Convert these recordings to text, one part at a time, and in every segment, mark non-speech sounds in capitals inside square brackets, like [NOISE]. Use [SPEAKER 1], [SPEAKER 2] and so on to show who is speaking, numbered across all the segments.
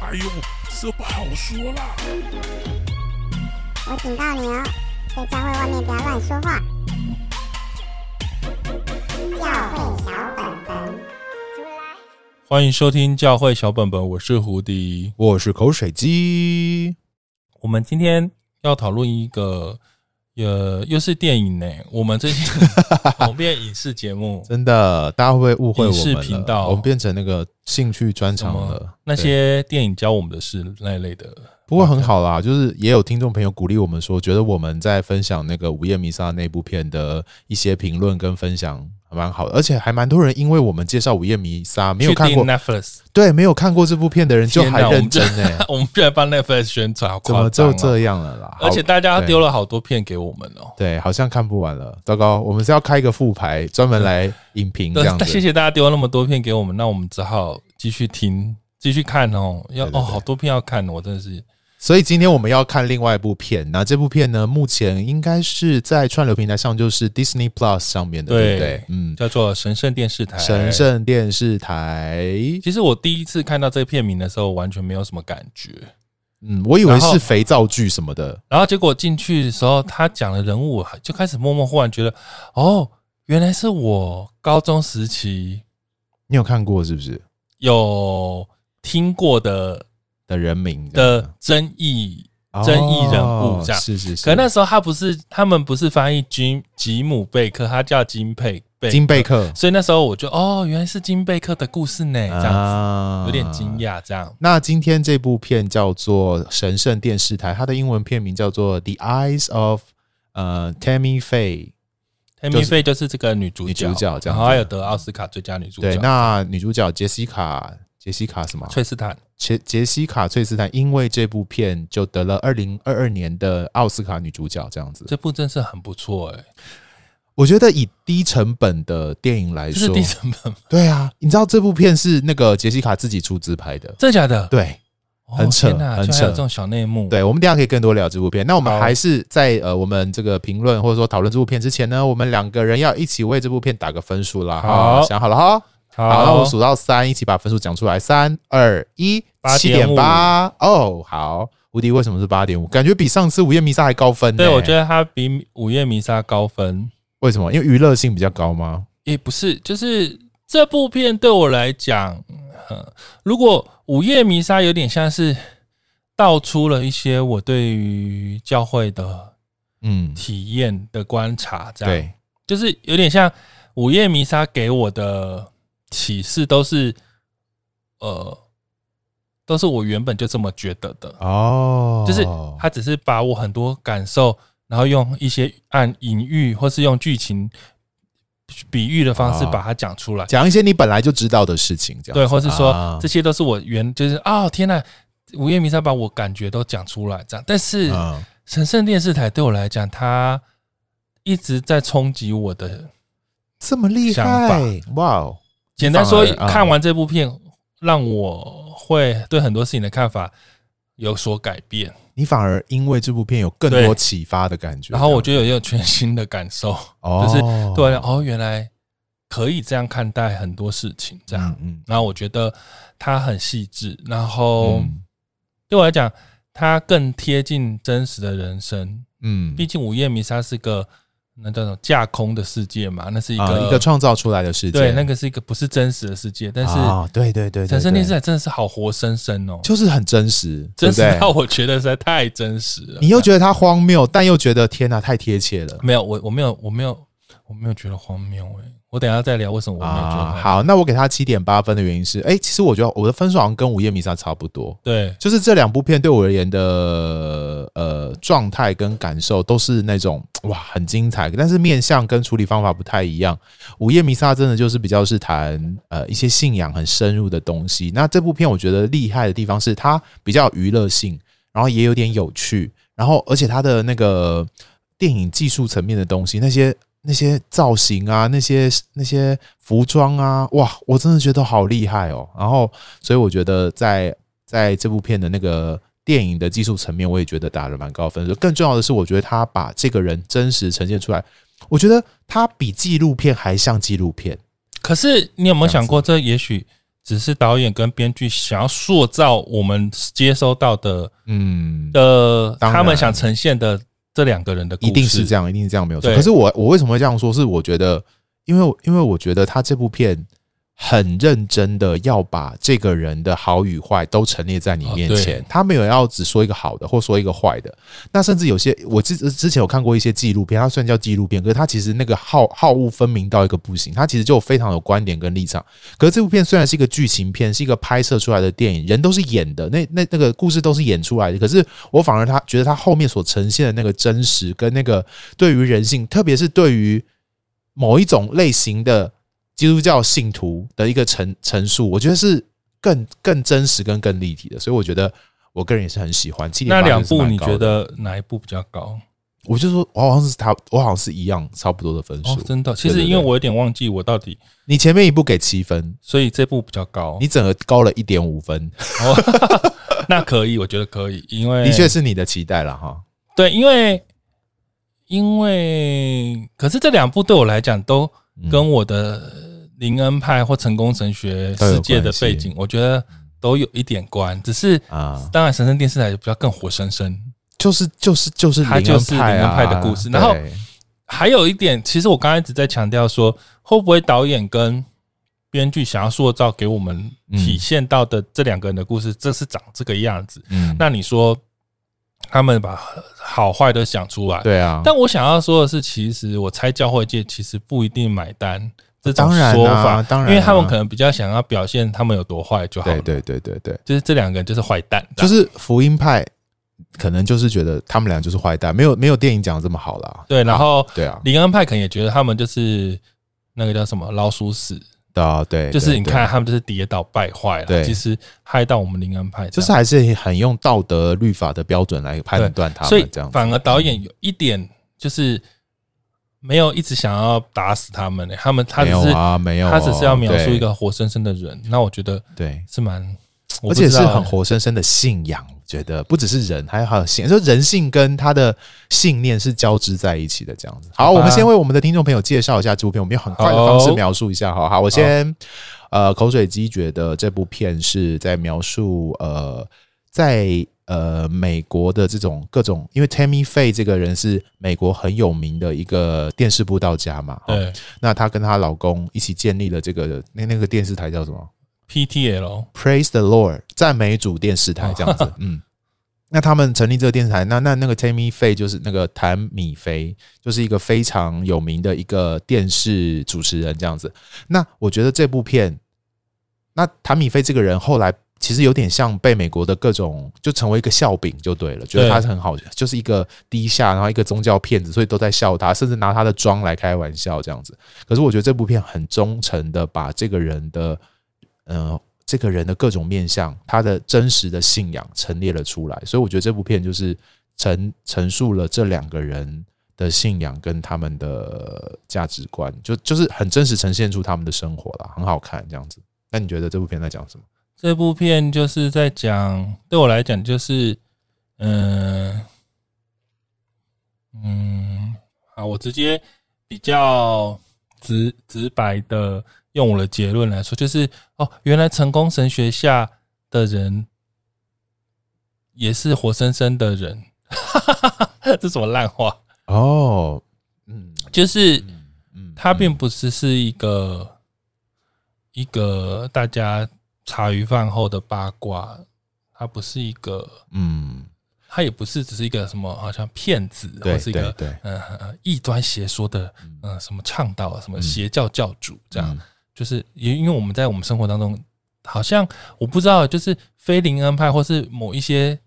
[SPEAKER 1] 哎呦，这不好说啦。
[SPEAKER 2] 我警告你哦，在教会外面不要乱说话。教会小本本，
[SPEAKER 1] 欢迎收听教会小本本，我是胡迪。
[SPEAKER 3] 我是口水鸡，
[SPEAKER 1] 我们今天要讨论一个，呃，又是电影呢、我们
[SPEAKER 3] [LAUGHS]
[SPEAKER 1] 最近我变影视节目，
[SPEAKER 3] 真的，大家会不会误会我
[SPEAKER 1] 影
[SPEAKER 3] 们
[SPEAKER 1] 视
[SPEAKER 3] 了？
[SPEAKER 1] 频道
[SPEAKER 3] 我们变成那个兴趣专
[SPEAKER 1] 什
[SPEAKER 3] 场
[SPEAKER 1] 么
[SPEAKER 3] 了。
[SPEAKER 1] 那
[SPEAKER 3] 对
[SPEAKER 1] 些电影教我们的事那一类的，
[SPEAKER 3] 不过很好啦，就是也有听众朋友鼓励我们说，觉得我们在分享那个《午夜弥撒》那部片的一些评论跟分享还蛮好的，而且还蛮多人因为我们介绍《午夜弥撒》没有看过
[SPEAKER 1] 去订，Netflix， [LAUGHS]
[SPEAKER 3] 对，没有看过这部片的人就
[SPEAKER 1] 天
[SPEAKER 3] 还
[SPEAKER 1] 哪
[SPEAKER 3] 认真呢、
[SPEAKER 1] 我们居然帮 Netflix 宣传，好
[SPEAKER 3] 怎
[SPEAKER 1] 夸
[SPEAKER 3] 么
[SPEAKER 1] 张、
[SPEAKER 3] 就
[SPEAKER 1] 哦！
[SPEAKER 3] 这样了啦？好
[SPEAKER 1] 而且大家丢了好多片给我们哦。
[SPEAKER 3] 对，好像看不完了，糟糕，我们是要开一个复牌专门来影评这样
[SPEAKER 1] [LAUGHS] 但
[SPEAKER 3] 子。
[SPEAKER 1] 谢谢大家丢了那么多片给我们，那我们只好继续听、继续看哦。要
[SPEAKER 3] 对对
[SPEAKER 1] 哦，
[SPEAKER 3] 对
[SPEAKER 1] 好多片要看哦，我真的是
[SPEAKER 3] 所以今天我们要看另外一部片，那这部片呢，目前应该是在串流平台上，就是 Disney Plus 上面的，对
[SPEAKER 1] 对哎
[SPEAKER 3] 不对？嗯，
[SPEAKER 1] 叫做《神圣电视台》。
[SPEAKER 3] 神。圣电视台，
[SPEAKER 1] 其实我第一次看到这个片名的时候，完全没有什么感觉。
[SPEAKER 3] 嗯，我以为
[SPEAKER 1] 然后
[SPEAKER 3] 是肥皂剧什么的，
[SPEAKER 1] 然后结果进去的时候，他讲的人物，我就开始默默忽然觉得，哦，原来是我高中时期
[SPEAKER 3] 你有看过是不是？
[SPEAKER 1] 有听过的
[SPEAKER 3] 的人名这样
[SPEAKER 1] 的争议
[SPEAKER 3] 哦
[SPEAKER 1] 争议人物这样
[SPEAKER 3] 是是是，
[SPEAKER 1] 可那时候他不是，他们不是翻译金吉姆贝克，他叫金佩贝克
[SPEAKER 3] 金贝克
[SPEAKER 1] 所以那时候我就哦，原来是金贝克的故事呢，哎这样子
[SPEAKER 3] 啊
[SPEAKER 1] 有点惊。讶。这样
[SPEAKER 3] 那今天这部片叫做《神圣电视台》，它的英文片名叫做《The Eyes of》呃 Tammy Faye。
[SPEAKER 1] ，Tammy Faye 就是这个女主角，
[SPEAKER 3] 女主角这样
[SPEAKER 1] 然
[SPEAKER 3] 子
[SPEAKER 1] 后还有得奥斯卡最佳女主角，
[SPEAKER 3] 对，那女主角杰西卡，杰西卡什么？
[SPEAKER 1] 崔斯坦
[SPEAKER 3] 杰杰西卡·崔斯坦因为这部片就得了二零二二年的奥斯卡女主角，这样子。
[SPEAKER 1] 这部真是很不错哎，
[SPEAKER 3] 我觉得以低成本的电影来
[SPEAKER 1] 这是
[SPEAKER 3] 说，
[SPEAKER 1] 低成本吗，
[SPEAKER 3] 对啊，你知道这部片是那个杰西卡自己出资拍的，
[SPEAKER 1] 真的假的？
[SPEAKER 3] 对
[SPEAKER 1] 哦，
[SPEAKER 3] [LAUGHS] 很扯
[SPEAKER 1] 天哪
[SPEAKER 3] 很
[SPEAKER 1] 居然还
[SPEAKER 3] 扯
[SPEAKER 1] 有这种小内幕，
[SPEAKER 3] 对，我们等一下可以更多聊这部片。那我们
[SPEAKER 1] 好
[SPEAKER 3] 还是在呃，我们这个评论或者说讨论这部片之前呢，我们两个人要一起为这部片打个分数啦。
[SPEAKER 1] 好
[SPEAKER 3] 想好了哈。好，那
[SPEAKER 1] 好，
[SPEAKER 3] 我数到三，一起把分数讲出来。三、二、一，七
[SPEAKER 1] 8.5
[SPEAKER 3] 点八。哦，好，无敌为什么是八点五？感觉比上次《午夜弥撒》还高分呢、
[SPEAKER 1] 对我觉得它比《午夜弥撒》高分，
[SPEAKER 3] 为什么？因为娱乐性比较高吗？
[SPEAKER 1] 也不是，就是这部片对我来讲，呃，如果《午夜弥撒》有点像是道出了一些我对于教会的
[SPEAKER 3] 嗯，
[SPEAKER 1] 体验的观察，这样
[SPEAKER 3] 对，
[SPEAKER 1] 就是有点像《午夜弥撒》给我的启示都是，呃，都是我原本就这么觉得的，
[SPEAKER 3] 哦，
[SPEAKER 1] 就是他只是把我很多感受，然后用一些按隐喻或是用剧情比喻的方式
[SPEAKER 3] 哦
[SPEAKER 1] 把它讲出来。
[SPEAKER 3] 讲一些你本来就知道的事情，这样
[SPEAKER 1] 对，或
[SPEAKER 3] 子
[SPEAKER 1] 是说、
[SPEAKER 3] 啊
[SPEAKER 1] 这些都是我原就是啊、天呐，午夜弥撒把我感觉都讲出来这样。但是
[SPEAKER 3] 嗯
[SPEAKER 1] 神圣电视台对我来讲，它一直在冲击我的。
[SPEAKER 3] 这么厉
[SPEAKER 1] 想法
[SPEAKER 3] 害，哇哦，
[SPEAKER 1] 简单说，
[SPEAKER 3] 反而啊
[SPEAKER 1] 看完这部片，让我会对很多事情的看法有所改变，
[SPEAKER 3] 你反而因为这部片有更
[SPEAKER 1] 对
[SPEAKER 3] 多启发的感觉。
[SPEAKER 1] 然后我
[SPEAKER 3] 这
[SPEAKER 1] 就有一种全新的感受，
[SPEAKER 3] 样
[SPEAKER 1] 就是
[SPEAKER 3] 哦
[SPEAKER 1] 对啊，哦，原来可以这样看待很多事情，这样。
[SPEAKER 3] 嗯
[SPEAKER 1] 然后我觉得它很细致，然后。
[SPEAKER 3] 嗯
[SPEAKER 1] 对我来讲，它更贴近真实的人生。
[SPEAKER 3] 嗯
[SPEAKER 1] 毕竟《午夜弥撒》是个那叫什么架空的世界嘛，那是一个、
[SPEAKER 3] 啊一个创造出来的世界，
[SPEAKER 1] 对，那个是一个不是真实的世界。但是
[SPEAKER 3] 啊，对对对，对
[SPEAKER 1] 《神圣
[SPEAKER 3] 对
[SPEAKER 1] 电视台》真的是好活生生哦，
[SPEAKER 3] 就是很真实，
[SPEAKER 1] 真实
[SPEAKER 3] 对不
[SPEAKER 1] 到
[SPEAKER 3] 对
[SPEAKER 1] 我觉得实在太真实了。
[SPEAKER 3] 你又觉得它荒谬，但又觉得天哪、太贴切了
[SPEAKER 1] 没有我，我没有，我没有，我没有觉得荒谬哎、我等一下再聊为什么我没有觉得荒
[SPEAKER 3] 啊！
[SPEAKER 1] 谬。
[SPEAKER 3] 好，那我给它七点八分的原因是，哎、其实我觉得我的分数好像跟《午夜弥撒》差不多，
[SPEAKER 1] 对，
[SPEAKER 3] 就是这两部片对我而言的呃状态跟感受都是那种哇很精彩，但是面向跟处理方法不太一样。午夜弥撒真的就是比较是谈呃一些信仰很深入的东西。那这部片我觉得厉害的地方是它比较有娱乐性，然后也有点有趣，然后而且它的那个电影技术层面的东西，那些那些造型啊，那些那些服装啊，哇，我真的觉得好厉害哦。然后所以我觉得在在这部片的那个电影的技术层面，我也觉得打了蛮高分数。更重要的是，我觉得他把这个人真实呈现出来，我觉得他比纪录片还像纪录片。
[SPEAKER 1] 可是你有没有
[SPEAKER 3] 这样
[SPEAKER 1] 想过，这也许只是导演跟编剧想要塑造我们接收到的
[SPEAKER 3] 嗯，
[SPEAKER 1] 的
[SPEAKER 3] 当然
[SPEAKER 1] 他们想呈现的这两个人的故事，
[SPEAKER 3] 一定是这样，一定是这样，没有错。
[SPEAKER 1] 对
[SPEAKER 3] 可是我我为什么会这样说？是我觉得，因为因为我觉得他这部片很认真的要把这个人的好与坏都陈列在你面前，
[SPEAKER 1] 哦对
[SPEAKER 3] 他没有要只说一个好的或说一个坏的。那甚至有些我之之前有看过一些纪录片，它虽然叫纪录片，可是它其实那个好好恶分明到一个不行，它其实就非常有观点跟立场。可是这部片虽然是一个剧情片，是一个拍摄出来的电影，人都是演的，那那那个故事都是演出来的。可是我反而他觉得他后面所呈现的那个真实跟那个对于人性，特别是对于某一种类型的基督教信徒的一个陈陈述，我觉得是更更真实跟更立体的。所以我觉得我个人也是很喜欢。7.8
[SPEAKER 1] 那两
[SPEAKER 3] 分
[SPEAKER 1] 部
[SPEAKER 3] 是蛮
[SPEAKER 1] 你
[SPEAKER 3] 高的
[SPEAKER 1] 觉？得哪一部比较高？
[SPEAKER 3] 我就说，我好像是他，我好像是一样差不多的分数。
[SPEAKER 1] 哦，真的，其实
[SPEAKER 3] 对对
[SPEAKER 1] 因为
[SPEAKER 3] 对
[SPEAKER 1] 我有点忘记我到底，
[SPEAKER 3] 你前面一部给七分，
[SPEAKER 1] 所以这部比较高。
[SPEAKER 3] 你整个高了一点五分，
[SPEAKER 1] 哦， [LAUGHS] 那可以，我觉得可以，因为
[SPEAKER 3] 的确是你的期待了哈。
[SPEAKER 1] 对，因为因为可是这两部对我来讲都
[SPEAKER 3] 嗯
[SPEAKER 1] 跟我的林恩派或成功神学
[SPEAKER 3] 都有
[SPEAKER 1] 世界的
[SPEAKER 3] 关系
[SPEAKER 1] 背景，我觉得都有一点关，只是
[SPEAKER 3] 啊，
[SPEAKER 1] 当然神圣电视台比较更活生生。
[SPEAKER 3] 就是就是就是
[SPEAKER 1] 它
[SPEAKER 3] 灵
[SPEAKER 1] 就
[SPEAKER 3] 恩
[SPEAKER 1] 是
[SPEAKER 3] 派
[SPEAKER 1] 灵
[SPEAKER 3] 啊
[SPEAKER 1] 恩派的故事然后
[SPEAKER 3] 对
[SPEAKER 1] 还有一点，其实我刚才一直在强调说，会不会导演跟编剧想要塑造给我们
[SPEAKER 3] 嗯
[SPEAKER 1] 体现到的这两个人的故事，这是长这个样子。
[SPEAKER 3] 嗯，
[SPEAKER 1] 那你说他们把好坏都想出来，
[SPEAKER 3] 对啊，
[SPEAKER 1] 但我想要说的是，其实我猜教会界其实不一定买单这种
[SPEAKER 3] 当然啊
[SPEAKER 1] 说法，
[SPEAKER 3] 当然啊
[SPEAKER 1] 因为他们可能比较想要表现他们有多坏就好了。
[SPEAKER 3] 对对对对对，
[SPEAKER 1] 就是这两个人就是坏蛋，
[SPEAKER 3] 就是福音派可能就是觉得他们俩就是坏蛋，没有没有电影讲的这么好啦。
[SPEAKER 1] 对。然后
[SPEAKER 3] 对啊，
[SPEAKER 1] 林恩派可能也觉得他们就是那个叫什么老鼠屎，
[SPEAKER 3] 对啊，对，
[SPEAKER 1] 就是
[SPEAKER 3] 对
[SPEAKER 1] 你
[SPEAKER 3] 对
[SPEAKER 1] 看他们就是跌倒败坏
[SPEAKER 3] 对
[SPEAKER 1] 了，其实害到我们林恩派这样，
[SPEAKER 3] 就是还是很用道德律法的标准来判断他
[SPEAKER 1] 所以
[SPEAKER 3] 们这样子。
[SPEAKER 1] 反而导演有一点就是没有一直想要打死他们、欸，他们他只
[SPEAKER 3] 没有
[SPEAKER 1] 是、
[SPEAKER 3] 啊，没有，
[SPEAKER 1] 他只是要描述
[SPEAKER 3] 对
[SPEAKER 1] 一个活生生的人，那我觉得
[SPEAKER 3] 对，
[SPEAKER 1] 是蛮，我不
[SPEAKER 3] 而且
[SPEAKER 1] 知
[SPEAKER 3] 是
[SPEAKER 1] 道
[SPEAKER 3] 很
[SPEAKER 1] 欸
[SPEAKER 3] 活生生的信仰。我觉得不只是人，还有还有信，就人性跟他的信念是交织在一起的这样子。好，
[SPEAKER 1] 好吧
[SPEAKER 3] 我们先为我们的听众朋友介绍一下这部片，我们用很快的方式
[SPEAKER 1] 好
[SPEAKER 3] 描述一下。好好，我先呃口水鸡觉得这部片是在描述呃在呃美国的这种各种，因为 Tammy Faye 这个人是美国很有名的一个电视布道家嘛，哦
[SPEAKER 1] 对
[SPEAKER 3] 那她跟她老公一起建立了这个那那个电视台叫什么？
[SPEAKER 1] PTL
[SPEAKER 3] Praise the Lord，赞美主电视台这样子，嗯。那他们成立这个电视台，那那那个 Tammy Faye 就是那个谭米菲，就是一个非常有名的一个电视主持人这样子。那我觉得这部片，那谭米菲这个人后来其实有点像被美国的各种就成为一个笑柄就对了，觉得
[SPEAKER 1] 对
[SPEAKER 3] 他是很好，就是一个低下，然后一个宗教骗子，所以都在笑他，甚至拿他的妆来开玩笑这样子。可是我觉得这部片很忠诚的把这个人的，呃，这个人的各种面相，他的真实的信仰陈列了出来。所以我觉得这部片就是陈陈述了这两个人的信仰跟他们的价值观，就就是很真实呈现出他们的生活啦，很好看这样子。那你觉得这部片在讲什么？
[SPEAKER 1] 这部片就是在讲，对我来讲就是，嗯、嗯，好，我直接比较直直白的用我的结论来说，就是哦，原来成功神学下的人也是活生生的人， [LAUGHS] 这什么烂话？
[SPEAKER 3] 哦，嗯
[SPEAKER 1] 就是
[SPEAKER 3] 嗯
[SPEAKER 1] 它并不是是一个一个大家茶余饭后的八卦，它不是一个，
[SPEAKER 3] 嗯，
[SPEAKER 1] 它也不是只是一个什么，好像骗子
[SPEAKER 3] 对
[SPEAKER 1] 或是一个
[SPEAKER 3] 对对
[SPEAKER 1] 嗯呃异端邪说的嗯、呃、什么倡导啊什么邪教教主这样，
[SPEAKER 3] 嗯
[SPEAKER 1] 就是因因为我们在我们生活当中，好像我不知道，就是非灵恩派或是某一些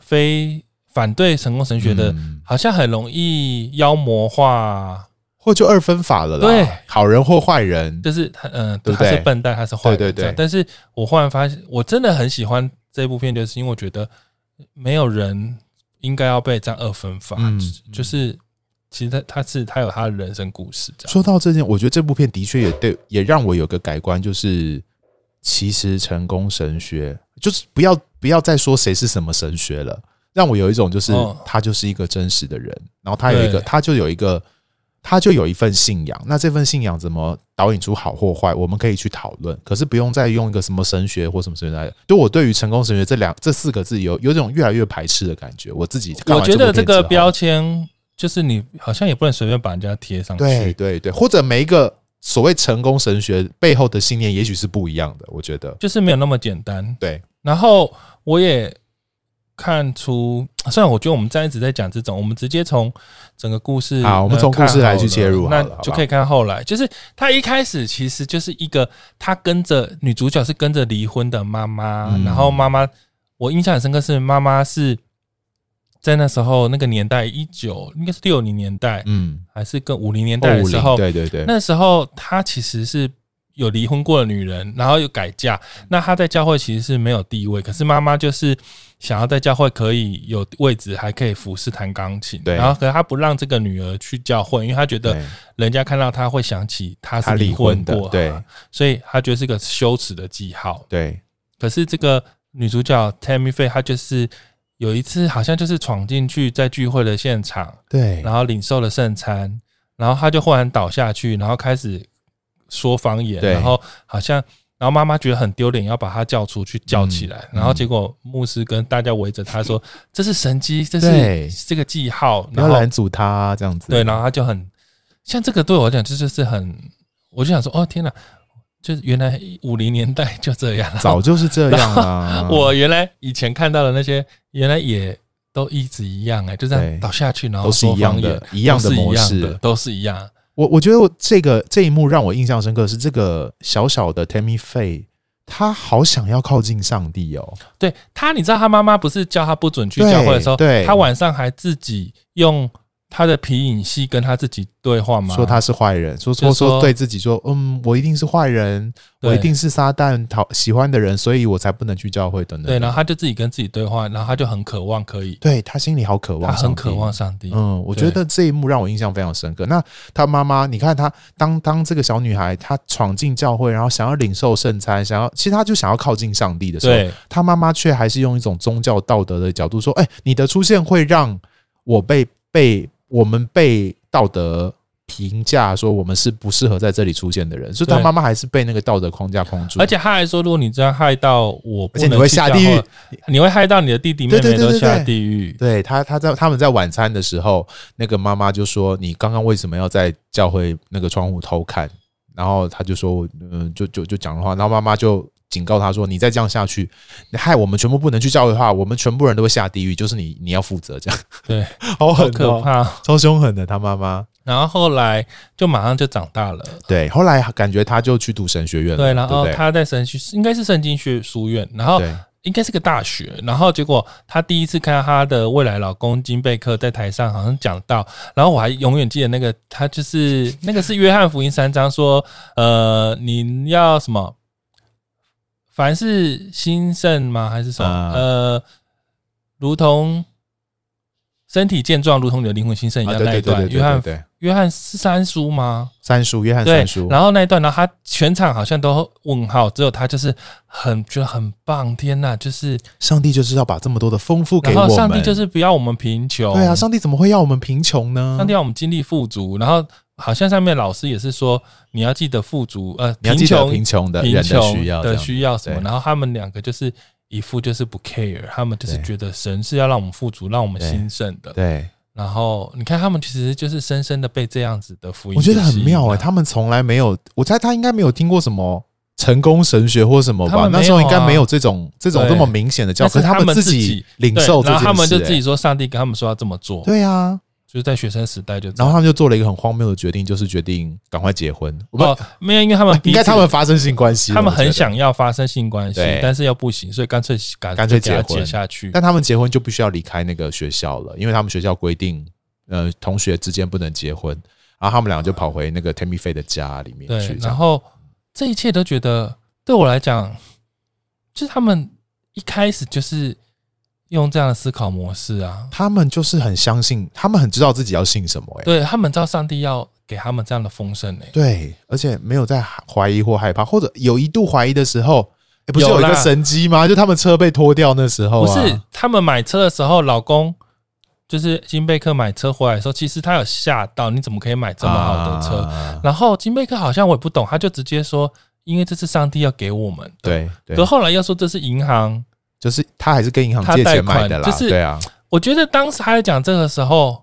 [SPEAKER 1] 非反对成功神学的，
[SPEAKER 3] 嗯
[SPEAKER 1] 好像很容易妖魔化。
[SPEAKER 3] 或就二分法了啦，
[SPEAKER 1] 对，
[SPEAKER 3] 好人或坏人，
[SPEAKER 1] 就是他，嗯、
[SPEAKER 3] 对
[SPEAKER 1] 对，
[SPEAKER 3] 不
[SPEAKER 1] 他
[SPEAKER 3] 对
[SPEAKER 1] 是笨蛋，他是坏人，
[SPEAKER 3] 对对对
[SPEAKER 1] 这样但是我忽然发现，我真的很喜欢这部片，就是因为我觉得没有人应该要被这样二分法，
[SPEAKER 3] 嗯
[SPEAKER 1] 就是
[SPEAKER 3] 嗯
[SPEAKER 1] 就是其实他他是他有他的人生故事，这样
[SPEAKER 3] 说到这件，我觉得这部片的确也对，也让我有个改观，就是其实成功神学就是不要不要再说谁是什么神学了，让我有一种就是、
[SPEAKER 1] 哦
[SPEAKER 3] 他就是一个真实的人，然后他有一个
[SPEAKER 1] 对
[SPEAKER 3] 他就有一个他就有一份信仰。那这份信仰怎么导引出好或坏，我们可以去讨论，可是不用再用一个什么神学或什么神学来。就我对于成功神学这两这四个字有有种越来越排斥的感觉。我自己看
[SPEAKER 1] 我
[SPEAKER 3] 完
[SPEAKER 1] 觉得这
[SPEAKER 3] 部片之
[SPEAKER 1] 个
[SPEAKER 3] 后
[SPEAKER 1] 标签就是你好像也不能随便把人家贴上去。
[SPEAKER 3] 对对对，或者每一个所谓成功神学背后的信念，也许是不一样的。我觉得，
[SPEAKER 1] 就是没有那么简单。
[SPEAKER 3] 对，
[SPEAKER 1] 然后我也看出，虽然我觉得我们这样一直在讲这种，我们直接从整个故事
[SPEAKER 3] 好我们
[SPEAKER 1] 呃
[SPEAKER 3] 从故事
[SPEAKER 1] 看好
[SPEAKER 3] 来去切入好
[SPEAKER 1] 那
[SPEAKER 3] 了好不好
[SPEAKER 1] 就可以看后来。就是他一开始其实就是一个，他跟着女主角是跟着离婚的妈妈，
[SPEAKER 3] 嗯
[SPEAKER 1] 然后妈妈，我印象很深刻是妈妈是。在那时候，那个年代，一九应该是六零年代，
[SPEAKER 3] 嗯，
[SPEAKER 1] 还是跟五零年代
[SPEAKER 3] 二
[SPEAKER 1] 的
[SPEAKER 3] 五
[SPEAKER 1] 时
[SPEAKER 3] 零
[SPEAKER 1] 候，，
[SPEAKER 3] 对对对，
[SPEAKER 1] 那时候她其实是有离婚过的女人，然后又改嫁。那她在教会其实是没有地位，可是妈妈就是想要在教会可以有位置，还可以服侍弹钢琴。
[SPEAKER 3] 对
[SPEAKER 1] 然后可是她不让这个女儿去教会，因为她觉得
[SPEAKER 3] 对
[SPEAKER 1] 人家看到她会想起她是
[SPEAKER 3] 他离
[SPEAKER 1] 婚
[SPEAKER 3] 婚的
[SPEAKER 1] 过，
[SPEAKER 3] 对，
[SPEAKER 1] 所以她觉得是个羞耻的记号。
[SPEAKER 3] 对，
[SPEAKER 1] 可是这个女主角 Tammy Faye，她就是有一次好像就是闯进去在聚会的现场，
[SPEAKER 3] 对，
[SPEAKER 1] 然后领受了圣餐，然后他就忽然倒下去，然后开始说方言，
[SPEAKER 3] 对
[SPEAKER 1] 然后好像，然后妈妈觉得很丢脸，要把他叫出去叫起来，
[SPEAKER 3] 嗯
[SPEAKER 1] 然后结果牧师跟大家围着他
[SPEAKER 3] [LAUGHS]
[SPEAKER 1] 说：“这是神机，这
[SPEAKER 3] 对
[SPEAKER 1] 是这个记号。”
[SPEAKER 3] 不
[SPEAKER 1] 然
[SPEAKER 3] 要
[SPEAKER 1] 后
[SPEAKER 3] 拦阻他这样子。
[SPEAKER 1] 对，然后他就很像这个对我来讲，这就是很，我就想说：“哦天哪！”就是原来五零年代就这样了，
[SPEAKER 3] 早就是这样啊
[SPEAKER 1] [LAUGHS]
[SPEAKER 3] 啦、
[SPEAKER 1] 我原来以前看到的那些，原来也都一直一样哎、就这
[SPEAKER 3] 对
[SPEAKER 1] 样倒下去，然后
[SPEAKER 3] 都是一样的
[SPEAKER 1] 说方言
[SPEAKER 3] 一样的
[SPEAKER 1] 都是
[SPEAKER 3] 模式
[SPEAKER 1] 一样的都是一样。
[SPEAKER 3] 我我觉得我这个这一幕让我印象深刻的是这个小小的 Tammy Faye，她好想要靠近上帝哦。
[SPEAKER 1] 对他，你知道他妈妈不是叫他不准去
[SPEAKER 3] 对
[SPEAKER 1] 教会的时候，
[SPEAKER 3] 对
[SPEAKER 1] 他晚上还自己用他的皮影戏跟他自己对话吗？
[SPEAKER 3] 说他是坏人，说
[SPEAKER 1] 就
[SPEAKER 3] 说
[SPEAKER 1] 是
[SPEAKER 3] 说
[SPEAKER 1] 说
[SPEAKER 3] 对自己说，嗯，我一定是坏人，
[SPEAKER 1] 对
[SPEAKER 3] 我一定是撒旦讨喜欢的人，所以我才不能去教会等等。
[SPEAKER 1] 对，然后他就自己跟自己对话，然后他就很渴望可以，
[SPEAKER 3] 对他心里好渴望，
[SPEAKER 1] 他很渴望。上帝。
[SPEAKER 3] 嗯，我觉
[SPEAKER 1] 对
[SPEAKER 3] 得这一幕让我印象非常深刻。那他妈妈，你看他当当这个小女孩，她闯进教会，然后想要领受圣餐，想要其实她就想要靠近上帝的时候，
[SPEAKER 1] 对
[SPEAKER 3] 他妈妈却还是用一种宗教道德的角度说：“哎、你的出现会让我被被我们被道德评价说我们是不适合在这里出现的人。”所以他
[SPEAKER 1] 对
[SPEAKER 3] 妈妈还是被那个道德框架框住，
[SPEAKER 1] 而且他还说，如果你这样害到我，
[SPEAKER 3] 而且你会下地狱，，
[SPEAKER 1] 你会害到你的弟弟妹
[SPEAKER 3] 对对
[SPEAKER 1] 妹
[SPEAKER 3] 对
[SPEAKER 1] 都
[SPEAKER 3] 对
[SPEAKER 1] 下
[SPEAKER 3] 对
[SPEAKER 1] 地狱。
[SPEAKER 3] 对他，他在他们在晚餐的时候，那个妈妈就说：“你刚刚为什么要在教会那个窗户偷看？”然后他就说：“嗯、就就就讲的话。”然后妈妈就警告他说：“你再这样下去，你害我们全部不能去教会的话，我们全部人都会下地狱，就是你你要负责。”这样
[SPEAKER 1] 对，
[SPEAKER 3] [LAUGHS] 好
[SPEAKER 1] 好
[SPEAKER 3] 狠、
[SPEAKER 1] 可，怕哦。
[SPEAKER 3] 超凶狠的他妈妈。
[SPEAKER 1] 然后后来就马上就长大了，
[SPEAKER 3] 对，后来感觉他就去读神学院了，
[SPEAKER 1] 对，然后哦
[SPEAKER 3] 对不
[SPEAKER 1] 他在神学应该是圣经学书院，然后
[SPEAKER 3] 对啊
[SPEAKER 1] 应该是个大学，然后结果她第一次看到她的未来老公金贝克在台上好像讲到，然后我还永远记得那个他就是那个是约翰福音三章说，呃，你要什么？凡是兴盛吗？还是什么？
[SPEAKER 3] 啊
[SPEAKER 1] 呃，如同身体健壮，如同你的灵魂兴盛一
[SPEAKER 3] 对啊
[SPEAKER 1] 样。
[SPEAKER 3] 对
[SPEAKER 1] 那一
[SPEAKER 3] 对对
[SPEAKER 1] 段
[SPEAKER 3] 对
[SPEAKER 1] 约翰
[SPEAKER 3] 对对，
[SPEAKER 1] 约翰是三叔吗？
[SPEAKER 3] 三叔约翰
[SPEAKER 1] 对
[SPEAKER 3] 三，叔，
[SPEAKER 1] 然后那一段，然后他全场好像都问号，只有他就是很觉得很棒，天呐，就是，
[SPEAKER 3] 上帝就是要把这么多的丰富给
[SPEAKER 1] 然
[SPEAKER 3] 我们，
[SPEAKER 1] 后上帝就是不要我们贫穷，
[SPEAKER 3] 对啊，上帝怎么会要我们贫穷呢？
[SPEAKER 1] 上帝要我们经历富足，然后好像上面老师也是说你要记得富足，呃，
[SPEAKER 3] 你要
[SPEAKER 1] 贫
[SPEAKER 3] 记得
[SPEAKER 1] 穷
[SPEAKER 3] 贫穷的人
[SPEAKER 1] 贫
[SPEAKER 3] 的需
[SPEAKER 1] 穷
[SPEAKER 3] 要
[SPEAKER 1] 的
[SPEAKER 3] 这样
[SPEAKER 1] 需要什么，
[SPEAKER 3] 对
[SPEAKER 1] 然后他们两个就是一副就是不 care，他们就是
[SPEAKER 3] 对
[SPEAKER 1] 觉得神是要让我们富足，让我们
[SPEAKER 3] 对
[SPEAKER 1] 兴盛的，
[SPEAKER 3] 对，
[SPEAKER 1] 然后你看他们其实就是深深的被这样子的福音
[SPEAKER 3] 我
[SPEAKER 1] 给吸引
[SPEAKER 3] 觉
[SPEAKER 1] 啊
[SPEAKER 3] 得
[SPEAKER 1] 了，
[SPEAKER 3] 很妙哎、他们从来没有，我猜他应该没有听过什么成功神学或什么
[SPEAKER 1] 他
[SPEAKER 3] 吧？
[SPEAKER 1] 们没有啊
[SPEAKER 3] 那时候应该没有这种这种
[SPEAKER 1] 对
[SPEAKER 3] 这么明显的教，
[SPEAKER 1] 但
[SPEAKER 3] 可
[SPEAKER 1] 是
[SPEAKER 3] 是
[SPEAKER 1] 他
[SPEAKER 3] 们
[SPEAKER 1] 们
[SPEAKER 3] 自
[SPEAKER 1] 自
[SPEAKER 3] 己领
[SPEAKER 1] 对
[SPEAKER 3] 受这
[SPEAKER 1] 然后
[SPEAKER 3] 件事、
[SPEAKER 1] 他们就自己
[SPEAKER 3] 哎
[SPEAKER 1] 说，上帝跟他们说要这么做，
[SPEAKER 3] 对啊，
[SPEAKER 1] 就是在学生时代就这
[SPEAKER 3] 然后
[SPEAKER 1] 样。
[SPEAKER 3] 他们就做了一个很荒谬的决定，就是决定赶快结婚。我不、
[SPEAKER 1] 哦，没有，因为他们
[SPEAKER 3] 应该
[SPEAKER 1] 彼此
[SPEAKER 3] 他们发生性关系了，
[SPEAKER 1] 他们
[SPEAKER 3] 我觉
[SPEAKER 1] 很
[SPEAKER 3] 得，
[SPEAKER 1] 想要发生性关系
[SPEAKER 3] 对，
[SPEAKER 1] 但是又不行，所以干脆干
[SPEAKER 3] 干脆
[SPEAKER 1] 就给他
[SPEAKER 3] 结婚
[SPEAKER 1] 结下去。
[SPEAKER 3] 但他们结婚就必须要离开那个学校了，因为他们学校规定，呃，同学之间不能结婚。然后他们俩就跑回那个 Tammy Faye 的家里面去
[SPEAKER 1] 对，，
[SPEAKER 3] 这
[SPEAKER 1] 然
[SPEAKER 3] 样
[SPEAKER 1] 后这一切都觉得对我来讲，就是他们一开始就是用这样的思考模式啊，
[SPEAKER 3] 他们就是很相信，他们很知道自己要信什么、欸，
[SPEAKER 1] 对他们知道上帝要给他们这样的丰盛呢、
[SPEAKER 3] 对，而且没有在怀疑或害怕，或者有一度怀疑的时候，诶不是
[SPEAKER 1] 有
[SPEAKER 3] 有一个
[SPEAKER 1] 啦
[SPEAKER 3] 神机吗？就他们车被拖掉那时候、
[SPEAKER 1] 不
[SPEAKER 3] 啊，
[SPEAKER 1] 是他们买车的时候，老公就是金贝克买车回来的时候，其实他有吓到，你怎么可以买这么好的车？
[SPEAKER 3] 啊
[SPEAKER 1] 然后金贝克好像我也不懂，他就直接说，因为这是上帝要给我们的。
[SPEAKER 3] 对对
[SPEAKER 1] 可，后来又说这是银行，
[SPEAKER 3] 就是他还是跟银行
[SPEAKER 1] 他
[SPEAKER 3] 借
[SPEAKER 1] 贷
[SPEAKER 3] 钱
[SPEAKER 1] 款
[SPEAKER 3] 买的啦，
[SPEAKER 1] 就是
[SPEAKER 3] 对啊，
[SPEAKER 1] 我觉得当时他在讲这个时候，